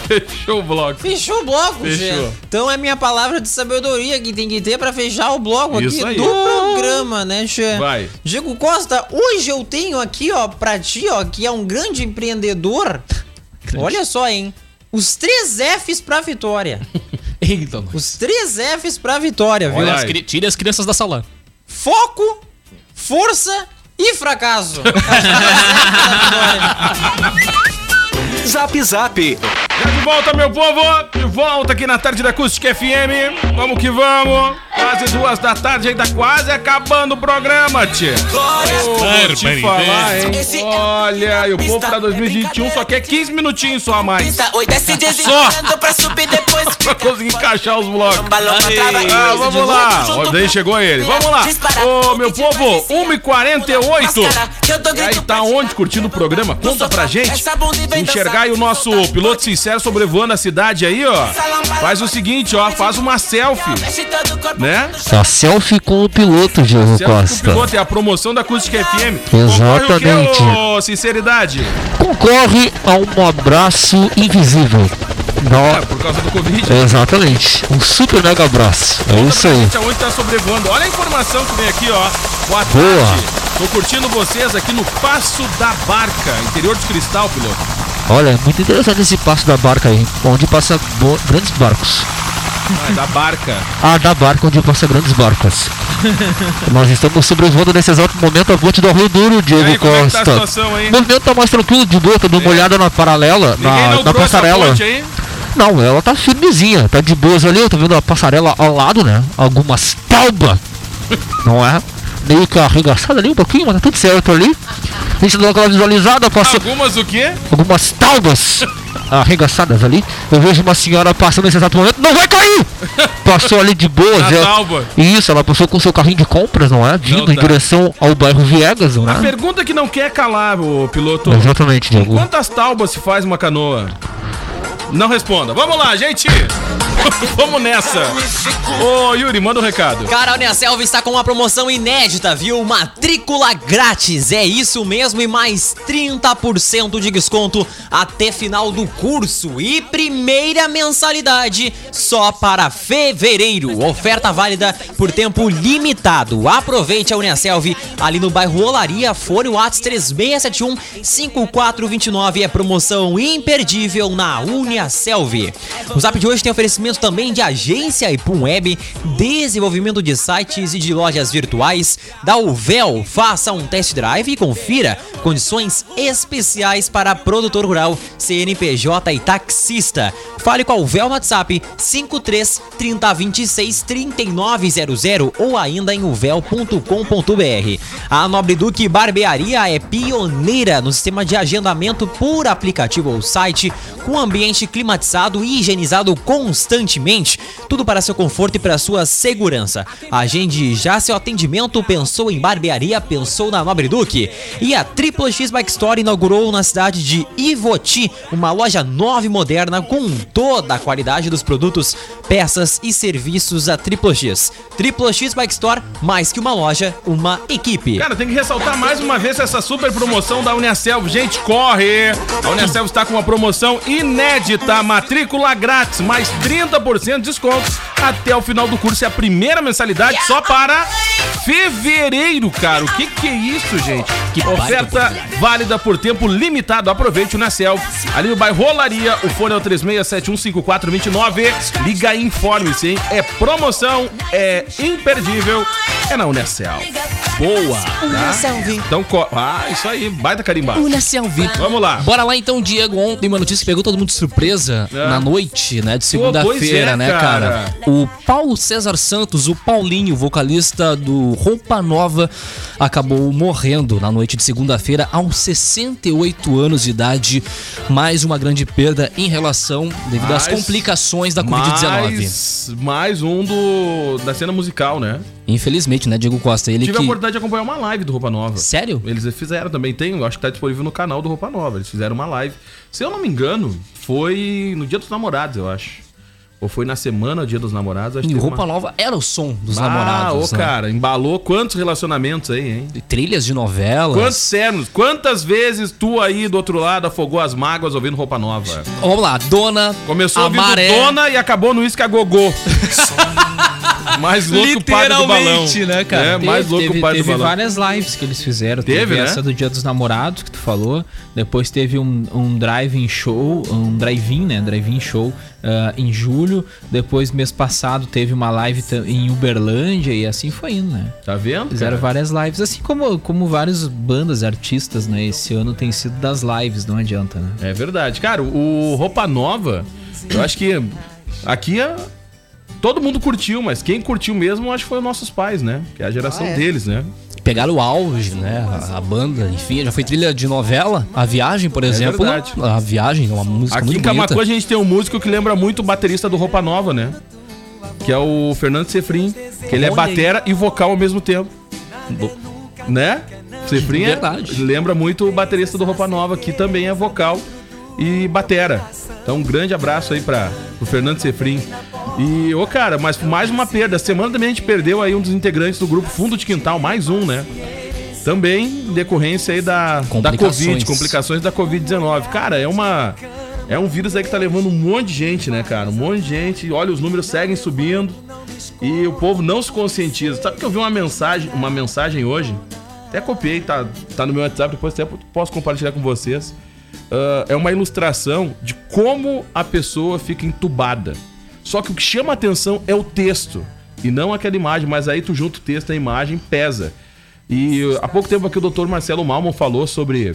Speaker 4: Fechou o bloco.
Speaker 5: Fechou o bloco,
Speaker 4: Fechou.
Speaker 5: gente. Então é minha palavra de sabedoria que tem que ter pra fechar o bloco
Speaker 4: Isso aí.
Speaker 5: aqui do programa, né, Xê?
Speaker 4: Vai.
Speaker 5: Diego Costa, hoje eu tenho aqui, ó, pra ti, ó, que é um grande empreendedor. Olha só, hein? Os três Fs pra vitória.
Speaker 7: Eita, nós.
Speaker 5: Os três Fs pra vitória, viu?
Speaker 4: Olha
Speaker 7: Olha as
Speaker 4: aí.
Speaker 7: Então, cri- Tire as crianças da sala.
Speaker 5: Foco, força e fracasso. É os três Fs pra vitória.
Speaker 3: Zap Zap.
Speaker 4: Já Tá de volta, meu povo! De volta aqui na tarde da Acústica FM. Vamos que vamos! Quase duas da tarde, ainda quase acabando o programa, tchê. Vou te falar, hein? Olha, e o povo pra 2021 só quer 15 minutinhos só a mais.
Speaker 9: Oi, desce
Speaker 4: deslizando
Speaker 9: pra subir depois.
Speaker 4: pra conseguir encaixar os blocos.
Speaker 9: Balão pra trabalhar.
Speaker 4: Ah, vamos lá. Ó, Daí chegou ele. Vamos lá. Ô, meu povo, 1h48. E aí, tá onde curtindo o programa? Conta pra gente. Enxergar aí o nosso piloto sincero sobrevoando a cidade aí, ó. Faz o seguinte, ó. Faz uma selfie, né?
Speaker 8: Tá selfie com o piloto,
Speaker 4: Tá,
Speaker 8: Diego
Speaker 4: Selfie com o
Speaker 8: Costa.
Speaker 4: piloto é a promoção da Acústica FM.
Speaker 8: Exatamente.
Speaker 4: Concorre o quê, ô, sinceridade?
Speaker 8: Concorre a um abraço invisível.
Speaker 4: Ah,
Speaker 8: Nó-
Speaker 4: por causa do Covid.
Speaker 8: Exatamente. Um super mega abraço. É isso aí.
Speaker 4: Gente, aonde tá sobrevoando. Olha a informação que vem aqui, ó. Boa tarde.
Speaker 8: Boa.
Speaker 4: Tô curtindo vocês aqui no Passo da Barca, interior de cristal, piloto.
Speaker 8: Olha, é muito interessante esse passo da barca aí. Onde passa bo- grandes barcos.
Speaker 4: Ah, da barca.
Speaker 8: Ah, da barca onde passa grandes barcas. Nós estamos sobrevoando nesse exato momento a ponte do Rio Duro,
Speaker 4: E
Speaker 8: Diego
Speaker 4: aí, como é que tá
Speaker 8: Costa.
Speaker 4: a situação aí?
Speaker 8: o movimento tá mais tranquilo de boa, tá dando uma olhada na paralela,
Speaker 4: Ninguém
Speaker 8: na,
Speaker 4: não
Speaker 8: na
Speaker 4: trouxe a
Speaker 8: Ah, então passarela.
Speaker 4: ponte aí?
Speaker 8: Não, ela tá firmezinha, tá de boas ali, eu tô vendo a passarela ao lado, né? Algumas taubas, não é? Meio que arregaçada ali um pouquinho, mas tá tudo certo ali. A gente dá aquela visualizada, passou
Speaker 4: Algumas o quê?
Speaker 8: algumas taubas arregaçadas ali. Eu vejo uma senhora passando nesse exato momento, não vai cair! Passou ali de boas,
Speaker 4: Na
Speaker 8: ela-
Speaker 4: tauba.
Speaker 8: Isso, ela passou com seu carrinho de compras, não é? Vindo
Speaker 4: Não,
Speaker 8: em
Speaker 4: tá.
Speaker 8: direção ao bairro Viegas, não é?
Speaker 4: Pergunta que não quer calar, o piloto.
Speaker 8: Exatamente, Diego.
Speaker 4: Quantas taubas se faz uma canoa? Não responda. Vamos lá, gente! Vamos nessa! Ô, Yuri, manda um recado.
Speaker 5: Cara, a Selva está com uma promoção inédita, viu? Matrícula grátis, é isso mesmo, e mais 30% de desconto até final do curso e primeira mensalidade só para fevereiro. Oferta válida por tempo limitado. Aproveite a Uniaselv ali no bairro Olaria, Fone Whats 3671 5429 é promoção imperdível na Uniaselv. O Zap de hoje tem oferecimento também de agência Ipum Web, desenvolvimento de sites e de lojas virtuais da Uvel. Faça um test drive e confira condições especiais para produtor rural, CNPJ e taxista. Fale com a Uvel no WhatsApp 53 30 26 3900 ou ainda em uvel.com.br. A Nobre Duque Barbearia é pioneira no sistema de agendamento por aplicativo ou site, com ambiente climatizado e higienizado constantemente, tudo para seu conforto e para sua segurança. Agende já seu atendimento, pensou em barbearia, pensou na Nobre Duque. E a Triple X Bike Store inaugurou na cidade de Ivoti, uma loja nova e moderna com toda a qualidade dos produtos, peças e serviços da Triple X. Triple X Bike Store, mais que uma loja, uma equipe.
Speaker 4: Cara, tem que ressaltar mais uma vez essa super promoção da Uniaselv. Gente, corre! A Uniaselv está com uma promoção inédita, matrícula grátis, mais 30% de desconto até o final do curso. É a primeira mensalidade só para fevereiro, cara. O que que é isso, gente? Que Oferta válida por tempo limitado. Aproveite o Uniaselv. Ali no bairro Rolaria, o fone é o 36715429. Liga e informe-se, hein? É promoção, é imperdível, é na Uniaselv.
Speaker 7: Boa.
Speaker 5: Uniaselv.
Speaker 4: Então, co- ah, isso aí, baita carimbar.
Speaker 7: Uniaselv.
Speaker 4: Vamos lá.
Speaker 7: Bora lá então, Diego. Ontem uma notícia que pegou todo mundo de surpresa
Speaker 6: Ah.
Speaker 4: É.
Speaker 7: na noite, né? De
Speaker 4: pois
Speaker 7: segunda-feira,
Speaker 4: é,
Speaker 7: né, cara?
Speaker 4: cara?
Speaker 7: O Paulo César Santos, o Paulinho, vocalista do Roupa Nova, acabou morrendo na noite de segunda-feira, aos 68 anos de idade. Mais uma grande perda em relação devido às
Speaker 4: Mais-
Speaker 7: complicações da Covid-19.
Speaker 4: Mais, mais um do, da cena musical, né?
Speaker 7: Infelizmente, né, Diego Costa? Ele
Speaker 4: Tive a
Speaker 7: que.
Speaker 4: oportunidade de acompanhar uma live do Roupa Nova.
Speaker 7: Sério?
Speaker 4: Eles fizeram também, tem, eu acho que tá disponível no canal do Roupa Nova. Eles fizeram uma live. Se eu não me engano, foi no Dia dos Namorados, eu acho. Ou foi na semana Dia dos Namorados, acho
Speaker 7: E
Speaker 4: que
Speaker 7: o
Speaker 4: teve
Speaker 7: Roupa
Speaker 4: uma...
Speaker 7: Nova era o som dos
Speaker 4: Ah,
Speaker 7: namorados.
Speaker 4: ô
Speaker 7: né?
Speaker 4: cara, embalou quantos relacionamentos aí, hein?
Speaker 7: Trilhas de novelas.
Speaker 4: Quantos cernos, quantas vezes tu aí do outro lado afogou as mágoas ouvindo Roupa Nova?
Speaker 7: Vamos lá, Dona.
Speaker 4: Começou
Speaker 7: a
Speaker 4: ouvindo
Speaker 7: maré.
Speaker 4: Dona e acabou no Isca Gogô. mais louco que o padre do balão.
Speaker 7: Literalmente, né, cara?
Speaker 4: É, mais louco que o padre do
Speaker 6: teve
Speaker 4: balão.
Speaker 6: várias lives que eles fizeram.
Speaker 4: Teve, né?
Speaker 6: essa do Dia dos Namorados, que tu falou. Depois teve um, um drive-in show, um drive-in, né? Drive-in show ah, em julho. Depois, mês passado, teve uma live ta- em Uberlândia e assim foi indo, né?
Speaker 4: Tá vendo?
Speaker 6: Fizeram
Speaker 4: cara?
Speaker 6: várias lives, assim como, como várias bandas, artistas, né? Esse ano tem sido das lives, não adianta, né?
Speaker 4: É verdade. Cara, o Roupa Nova, eu acho que aqui é- todo mundo curtiu, mas quem curtiu mesmo acho que foi os nossos pais, né? Que é a geração deles, né?
Speaker 7: Pegaram o auge, né? A- A banda, enfim, já foi trilha de novela. A Viagem, por exemplo.
Speaker 4: verdade.
Speaker 7: a Viagem é uma música
Speaker 4: Aqui em
Speaker 7: muito
Speaker 4: Camacuã
Speaker 7: bonita.
Speaker 4: a gente tem um músico que lembra muito o baterista do Roupa Nova, né? Que é o Fernando Sefrim, que ele é
Speaker 7: Olha aí.
Speaker 4: batera e vocal ao mesmo tempo. Né? Sefrim é-
Speaker 7: Verdade.
Speaker 4: lembra muito o baterista do Roupa Nova, que também é vocal e batera. Então, um grande abraço aí para o Fernando Sefrim. E, ô cara, mas mais uma perda. Semana também a gente perdeu aí um dos integrantes do grupo Fundo de Quintal, mais um, né? Também em decorrência aí da, da
Speaker 7: Complicações.
Speaker 4: Covid, complicações da Covid-19. Cara, é uma. É um vírus aí que tá levando um monte de gente, né, cara? Um monte de gente. Olha, os números seguem subindo. E o povo não se conscientiza. Sabe que eu vi uma mensagem, uma mensagem hoje? Até copiei, tá, tá no meu WhatsApp, depois até posso compartilhar com vocês. Ah, é uma ilustração de como a pessoa fica entubada. Só que o que chama a atenção é o texto e não aquela imagem, mas aí tu junta o texto e a imagem pesa. E uh, há pouco tempo aqui o Dr. Marcelo Malmon falou sobre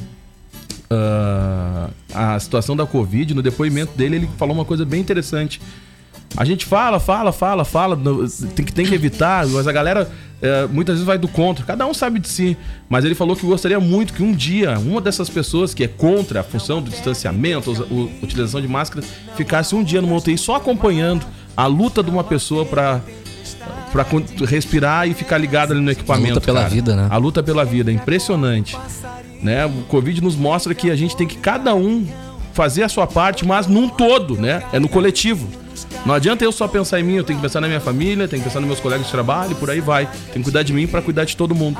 Speaker 4: ah, a situação da Covid. No depoimento dele, ele falou uma coisa bem interessante. A gente fala, fala, fala, fala, no- tem que, tem que evitar, mas a galera eh, muitas vezes vai do contra. Cada um sabe de si. Mas ele falou que gostaria muito que um dia uma dessas pessoas que é contra a função do distanciamento, usa- o- utilização de máscara, ficasse um dia numa UTI só acompanhando a luta de uma pessoa para para respirar e ficar ligado ali no equipamento.
Speaker 7: pela
Speaker 4: cara.
Speaker 7: vida, né?
Speaker 4: A luta pela vida, é impressionante. Né? O Covid nos mostra que a gente tem que cada um fazer a sua parte, mas num todo, né? É no coletivo. Não adianta eu só pensar em mim, eu tenho que pensar na minha família, tenho que pensar nos meus colegas de trabalho, e por aí vai. Tenho que cuidar de mim para cuidar de todo mundo.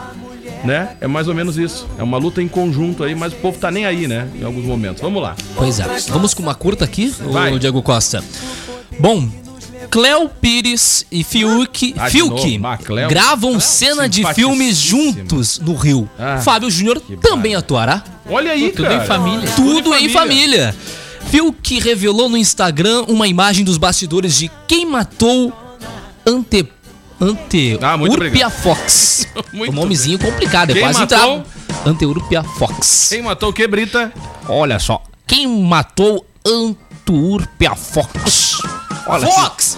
Speaker 4: Né? É mais ou menos isso. É uma luta em conjunto aí, mas o povo tá nem aí, né? Em alguns momentos. Vamos lá.
Speaker 6: Pois é. Vamos com uma curta aqui,
Speaker 4: Vai.
Speaker 6: o Diego Costa. Bom, Cléo Pires e Fiuk,
Speaker 4: Ah, de
Speaker 6: Fiuk
Speaker 4: novo. Ah, Cléo.
Speaker 6: gravam cena de filmes juntos no Rio.
Speaker 4: Ah,
Speaker 6: Fábio Júnior também atuará.
Speaker 4: Olha aí,
Speaker 8: Tudo
Speaker 4: cara.
Speaker 8: em família.
Speaker 6: Tudo em família. Fiuk revelou no Instagram uma imagem dos bastidores de quem matou Ante. Ante.
Speaker 4: Ah, muito
Speaker 6: Urpia Fox.
Speaker 4: Muito
Speaker 6: um nomezinho complicado, é
Speaker 4: Quem
Speaker 6: quase
Speaker 4: matou?
Speaker 6: tá. Ante Urpia Fox.
Speaker 4: Quem matou o que, Brita?
Speaker 6: Olha só. Quem matou Antuúrpia Fox? Olha Fox!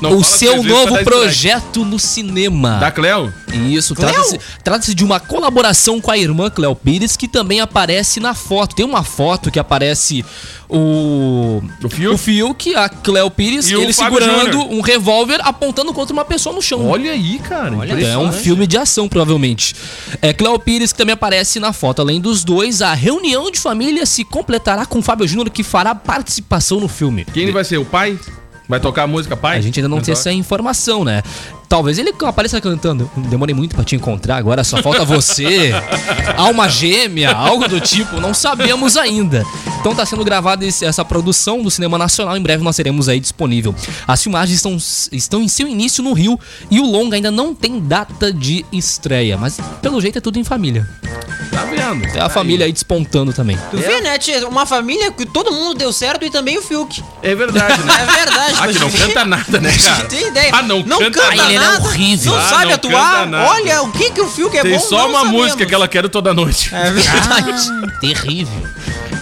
Speaker 4: Não
Speaker 6: o
Speaker 4: fala
Speaker 6: seu
Speaker 4: três vezes pra
Speaker 6: novo
Speaker 4: dar strike.
Speaker 6: projeto no cinema.
Speaker 4: Da tá Cleo?
Speaker 6: Isso, trata-se trata-se de uma colaboração com a irmã Cléo Pires, que também aparece na foto. Tem uma foto que aparece o.
Speaker 4: O Fiuk?
Speaker 6: O Fiuk, a Cléo Pires,
Speaker 4: E o
Speaker 6: ele
Speaker 4: Fábio
Speaker 6: segurando
Speaker 4: Júnior.
Speaker 6: um revólver apontando contra uma pessoa no chão.
Speaker 4: Olha aí, cara.
Speaker 6: Olha, é um filme de ação, provavelmente. É Cléo Pires que também aparece na foto. Além dos dois, a reunião de família se completará com Fábio Júnior, que fará participação no filme.
Speaker 4: Quem vai ser? O pai? Vai tocar a música pai?
Speaker 6: A gente ainda não tem essa informação, né? Talvez ele apareça cantando. Demorei muito pra te encontrar, agora só falta você. Alma gêmea, algo do tipo, não sabemos ainda. Então tá sendo gravada esse- essa produção do cinema nacional, em breve nós teremos aí disponível. As filmagens estão, estão em seu início no Rio e o longa ainda não tem data de estreia, mas pelo jeito é tudo em família.
Speaker 4: Tá vendo?
Speaker 6: É a família aí despontando também.
Speaker 5: Tu vê, né, tia? Uma família que todo mundo deu certo e também o Fiuk.
Speaker 4: É verdade, né?
Speaker 5: É verdade,
Speaker 4: Ah, que não canta nada, né, cara?
Speaker 5: Tem ideia.
Speaker 4: Ah, não canta
Speaker 6: nada. Ele era
Speaker 5: nada,
Speaker 6: horrível.
Speaker 5: Não
Speaker 4: Ah,
Speaker 5: sabe
Speaker 4: não canta
Speaker 5: atuar.
Speaker 4: nada.
Speaker 5: Olha, o que que o Fiuk é
Speaker 4: Tem
Speaker 5: bom,
Speaker 4: só
Speaker 5: não
Speaker 4: uma
Speaker 5: sabemos.
Speaker 4: música que ela quer toda noite.
Speaker 5: É
Speaker 6: Ah.
Speaker 5: verdade.
Speaker 6: Terrível.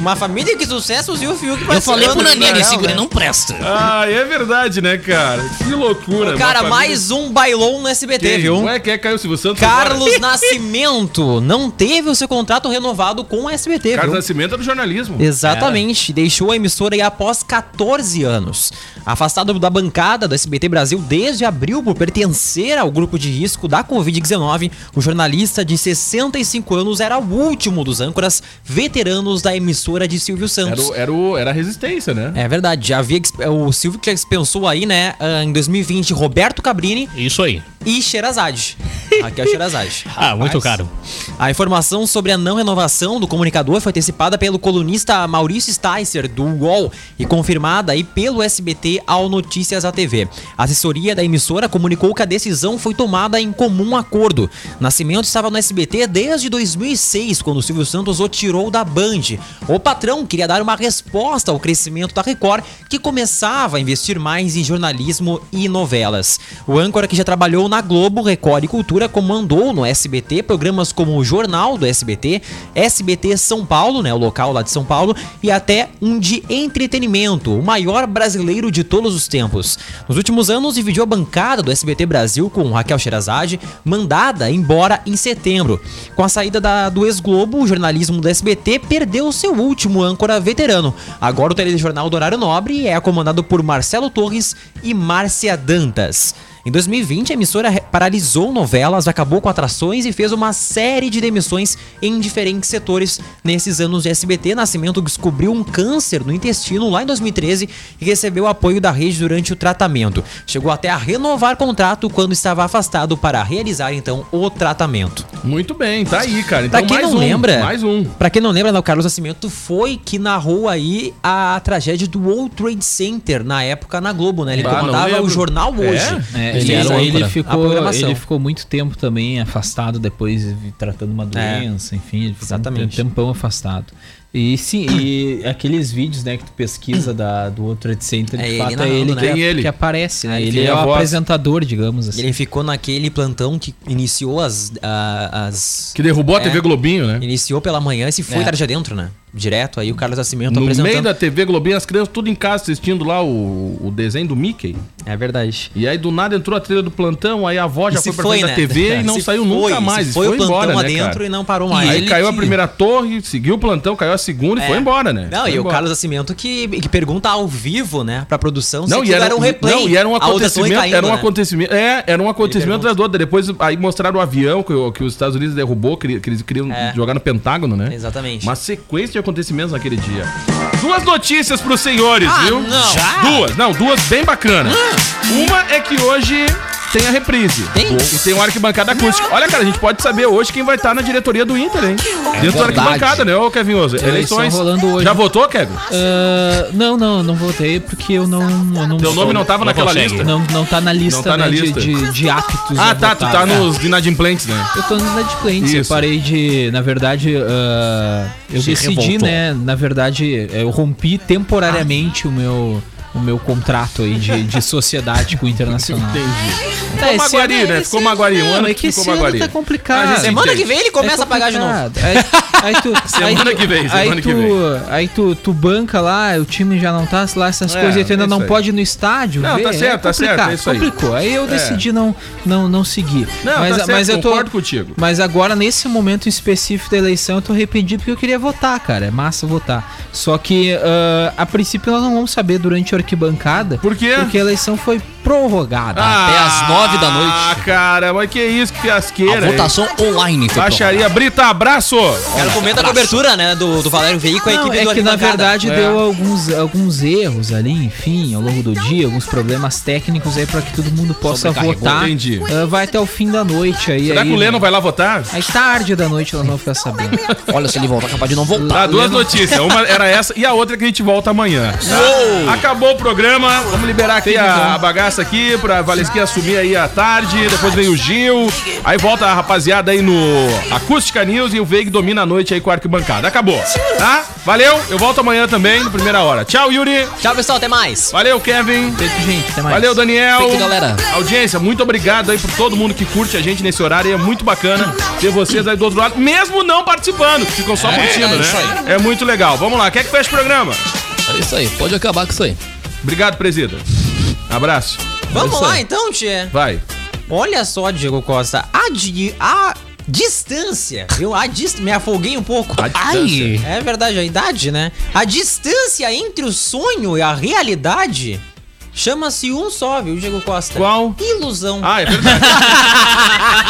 Speaker 5: Uma família que sucesso e o Fiuk
Speaker 6: Ah. Eu falei pro Nanini, esse é guri
Speaker 5: segura
Speaker 6: não presta.
Speaker 4: Ah, é verdade, né, cara? Que loucura.
Speaker 5: Cara,
Speaker 4: uma família-
Speaker 5: mais um bailão no SBT,
Speaker 4: Teve um.
Speaker 5: viu?
Speaker 4: Ué, quer caiu o Silvio Santos? agora?
Speaker 5: Carlos Nascimento não teve o seu contrato renovado com o SBT,
Speaker 4: Carlos
Speaker 5: viu?
Speaker 4: Nascimento é do jornalismo.
Speaker 5: Exatamente, deixou a emissora aí após 14 anos. Afastado da bancada do SBT Brasil desde abril por pertencer ao grupo de risco da Covid-19, o jornalista de 65 anos era o último dos âncoras veteranos da emissora de Silvio
Speaker 4: Era,
Speaker 5: Santos.
Speaker 4: o- era, o- era a resistência, né?
Speaker 5: É verdade, já havia exp- o Silvio que dispensou aí, né, ah, em 2020, Roberto Cabrini
Speaker 6: Isso aí.
Speaker 5: e Xerazade. Aqui é o Xerazade.
Speaker 6: Ah, muito caro.
Speaker 5: A informação sobre a não renovação do comunicador foi antecipada pelo colunista Maurício Sticer, do UOL, e confirmada aí pelo SBT ao Notícias ATV. A assessoria da emissora comunicou que a decisão foi tomada em comum acordo. Nascimento estava no SBT desde 2006, quando o Silvio Santos o tirou da Band. O patrão queria dar uma resposta ao crescimento da Record, que começava a investir mais em jornalismo e novelas. O âncora que já trabalhou na Globo, Record e Cultura comandou no SBT programas como o Jornal do SBT, SBT São Paulo, né, o local lá de São Paulo, e até um de entretenimento, o maior brasileiro de todos os tempos. Nos últimos anos, dividiu a bancada do SBT Brasil com Raquel Sherazade, mandada embora em setembro. Com a saída da- do ex-Globo, o jornalismo do SBT perdeu seu último âncora veterano. Agora o telejornal do horário nobre é comandado por Marcelo Torres e Márcia Dantas. Em 2020, a emissora re- paralisou novelas, acabou com atrações e fez uma série de demissões em diferentes setores. Nesses anos de SBT, Nascimento descobriu um câncer no intestino lá em 2013 e recebeu apoio da rede durante o tratamento. Chegou até a renovar contrato quando estava afastado para realizar então o tratamento.
Speaker 4: Muito bem, tá aí, cara. Então,
Speaker 5: Pra quem
Speaker 4: mais
Speaker 5: não
Speaker 4: um,
Speaker 5: lembra,
Speaker 4: Mais um.
Speaker 5: Pra quem não lembra, né, o Carlos Nascimento foi que narrou aí a tragédia do World Trade Center na época na Globo, né? Ele
Speaker 4: Ah, não
Speaker 5: comandava
Speaker 4: lembro.
Speaker 5: o jornal
Speaker 4: É?
Speaker 5: hoje.
Speaker 8: É,
Speaker 6: Ele
Speaker 8: ele,
Speaker 6: era um
Speaker 8: ele
Speaker 6: âncora.
Speaker 5: A
Speaker 8: ficou,
Speaker 5: programação.
Speaker 8: ele ficou muito tempo também afastado, depois vi- tratando uma doença, enfim, ele ficou
Speaker 5: É. Exatamente.
Speaker 8: um tempão afastado. E sim, e aqueles vídeos, né, que tu pesquisa da, do outro Trade Center,
Speaker 5: É
Speaker 8: de
Speaker 5: ele
Speaker 8: fato é
Speaker 5: narrando,
Speaker 8: ele,
Speaker 5: né?
Speaker 8: que,
Speaker 4: Tem ele.
Speaker 8: que aparece, né?
Speaker 5: Aí
Speaker 8: ele
Speaker 4: tem
Speaker 8: é
Speaker 4: a
Speaker 8: o
Speaker 4: voz.
Speaker 8: apresentador, digamos assim.
Speaker 5: Ele ficou naquele plantão que iniciou as. a- as
Speaker 4: Que derrubou a
Speaker 5: É.
Speaker 4: TV Globinho, né?
Speaker 5: Iniciou pela manhã e se foi
Speaker 6: É.
Speaker 5: tarde dentro, né? Direto aí o Carlos Nascimento
Speaker 4: No
Speaker 5: apresentando.
Speaker 4: meio da TV Globinho, as crianças tudo em casa assistindo lá o, o desenho do Mickey.
Speaker 5: É verdade.
Speaker 4: E aí do nada entrou a trilha do plantão, aí a avó já
Speaker 5: E se né?
Speaker 4: foi pra frente da TV e não
Speaker 5: Se
Speaker 4: saiu
Speaker 5: foi,
Speaker 4: nunca
Speaker 5: se
Speaker 4: mais. e
Speaker 5: Foi, o plantão
Speaker 4: embora, né,
Speaker 5: adentro
Speaker 4: cara?
Speaker 5: e não parou
Speaker 4: Aí
Speaker 5: mais.
Speaker 6: ele
Speaker 4: caiu a
Speaker 6: que-
Speaker 4: primeira torre, seguiu o plantão, caiu a segunda e
Speaker 5: É.
Speaker 4: foi embora, né?
Speaker 5: Não,
Speaker 4: Foi
Speaker 5: e o
Speaker 4: embora.
Speaker 5: Carlos Nascimento que, que pergunta ao vivo, né, pra produção
Speaker 4: Não, e
Speaker 5: aquilo
Speaker 4: era,
Speaker 5: um replay.
Speaker 4: Não, e era um
Speaker 5: a outra torre
Speaker 4: acontecimento.
Speaker 5: caindo,
Speaker 4: era um
Speaker 5: né?
Speaker 4: acontecimento. É, era um acontecimento
Speaker 5: pergunta.
Speaker 4: atrás do outro. Depois aí mostraram o avião que, o- que os Estados Unidos derrubou, que, que eles queriam
Speaker 5: É.
Speaker 4: jogar no Pentágono, né?
Speaker 5: Exatamente.
Speaker 4: Uma sequência de acontecimentos naquele dia. Duas notícias pros senhores,
Speaker 5: Ah,
Speaker 4: viu?
Speaker 5: não. Já?
Speaker 4: Duas, não, duas bem bacanas. Uma é que hoje tem a reprise.
Speaker 5: Tem?
Speaker 4: E tem uma arquibancada acústica. Olha, cara, a gente pode saber hoje quem vai estar na diretoria do Inter, hein? Dentro da
Speaker 7: verdade.
Speaker 4: arquibancada, né, ô Kevin Oso?
Speaker 6: Eleição
Speaker 4: Eleições.
Speaker 6: rolando hoje.
Speaker 4: Já votou, Kevin?
Speaker 6: Ah, não, não, eu não votei porque eu não. Eu não
Speaker 4: Teu
Speaker 6: sou-
Speaker 4: nome não tava naquela
Speaker 7: consegue.
Speaker 4: lista?
Speaker 6: Não, não tá na lista,
Speaker 4: Não tá na
Speaker 6: né, de-
Speaker 4: lista.
Speaker 6: De, de, aptos.
Speaker 4: Ah,
Speaker 6: a
Speaker 4: tá, tu
Speaker 6: votar,
Speaker 4: tá
Speaker 6: né?
Speaker 4: nos inadimplentes, né?
Speaker 6: Eu tô nos adplentes, eu
Speaker 4: Isso.
Speaker 6: parei de. Na verdade, ah, eu
Speaker 7: Se
Speaker 6: decidi,
Speaker 7: revoltou.
Speaker 6: né? Na verdade, eu rompi temporariamente o meu. O meu contrato aí de, de sociedade com o Internacional. Tá, Entendi.
Speaker 4: Ficou maguari,
Speaker 6: é
Speaker 4: né? Ficou maguari. Um ano que ficou maguari.
Speaker 6: tá complicado.
Speaker 4: Ah, já sei.
Speaker 5: Semana
Speaker 4: Gente,
Speaker 5: que vem ele começa a pagar de novo.
Speaker 6: É complicado. Aí, aí tu,
Speaker 4: Semana
Speaker 6: aí tu-
Speaker 4: que vem, semana que
Speaker 6: aí tu-
Speaker 4: vem.
Speaker 6: Aí tu, tu banca lá, o time já não tá lá, essas
Speaker 4: É,
Speaker 6: coisas, e tu ainda
Speaker 4: é
Speaker 6: não
Speaker 4: isso aí.
Speaker 6: pode ir no estádio.
Speaker 4: Não,
Speaker 6: ver,
Speaker 4: tá
Speaker 6: é
Speaker 4: certo, tá certo,
Speaker 6: complicado,
Speaker 4: é isso aí.
Speaker 6: Complicou. Aí eu decidi não, não, não seguir.
Speaker 4: Não,
Speaker 6: mas,
Speaker 4: tá certo,
Speaker 6: mas eu tô,
Speaker 4: concordo contigo.
Speaker 6: Mas agora, nesse momento específico da eleição, eu tô arrependido porque eu queria votar, cara. É massa votar. Só que, ah, a princípio, nós não vamos saber durante a arquibancada.
Speaker 4: Por quê?
Speaker 6: Porque a eleição foi prorrogada.
Speaker 7: Até às nove da noite.
Speaker 4: Ah, cara, mas que isso, que
Speaker 7: A
Speaker 4: fiasqueira. hein?
Speaker 7: votação online, Fepão.
Speaker 4: Baixaria Brita, abraço!
Speaker 5: O cara comenta a cobertura, né, do, do Valério Veio com a
Speaker 6: Não,
Speaker 5: equipe
Speaker 6: é
Speaker 5: do
Speaker 6: que na
Speaker 5: arquibancada.
Speaker 6: verdade
Speaker 4: É.
Speaker 6: deu alguns, alguns erros ali, enfim, ao longo do dia, alguns problemas técnicos aí pra que todo mundo possa
Speaker 7: Sobrecarregou.
Speaker 6: votar.
Speaker 4: Entendi.
Speaker 6: Ah, vai até o fim da noite aí.
Speaker 4: Será
Speaker 6: aí,
Speaker 4: que o Leno vai lá votar?
Speaker 6: Aí tarde da noite ela não vai ficar sabendo.
Speaker 7: Olha, se ele voltar, capaz de não voltar.
Speaker 4: Tá, duas notícias. Uma era essa e a outra é que a gente volta amanhã. tá? Acabou o programa. Vamos liberar aqui a, a bagaça aqui pra Valesquinha assumir aí à tarde. Depois vem o Gil. Aí volta a rapaziada aí no Acústica News e o Veig domina a noite aí com a arquibancada. Acabou. Tá? Valeu. Eu volto amanhã também, na primeira hora. Tchau, Yuri.
Speaker 5: Tchau, pessoal, até mais.
Speaker 4: Valeu, Kevin.
Speaker 6: Feito, gente. Até mais.
Speaker 4: Valeu, Daniel.
Speaker 7: Feito, galera.
Speaker 4: Audiência, muito obrigado aí por todo mundo que curte a gente nesse horário. E é muito bacana ter vocês aí do outro lado, mesmo não participando. Ficam só curtindo,
Speaker 7: é
Speaker 4: né?
Speaker 7: isso aí.
Speaker 4: É muito legal. Vamos lá, quer que feche o programa?
Speaker 7: É isso aí, pode acabar com isso aí.
Speaker 4: Obrigado, presida. Abraço.
Speaker 5: Vamos
Speaker 7: isso
Speaker 5: lá
Speaker 7: aí.
Speaker 5: então, Tchê.
Speaker 4: Vai.
Speaker 5: Olha só, Diego Costa, a, di- a distância, eu a dis- me afoguei um pouco.
Speaker 7: Ai!
Speaker 5: É verdade, a idade, né? A distância entre o sonho e a realidade chama-se um só, viu, Diego Costa?
Speaker 4: Qual?
Speaker 5: Ilusão.
Speaker 4: Ah, é verdade.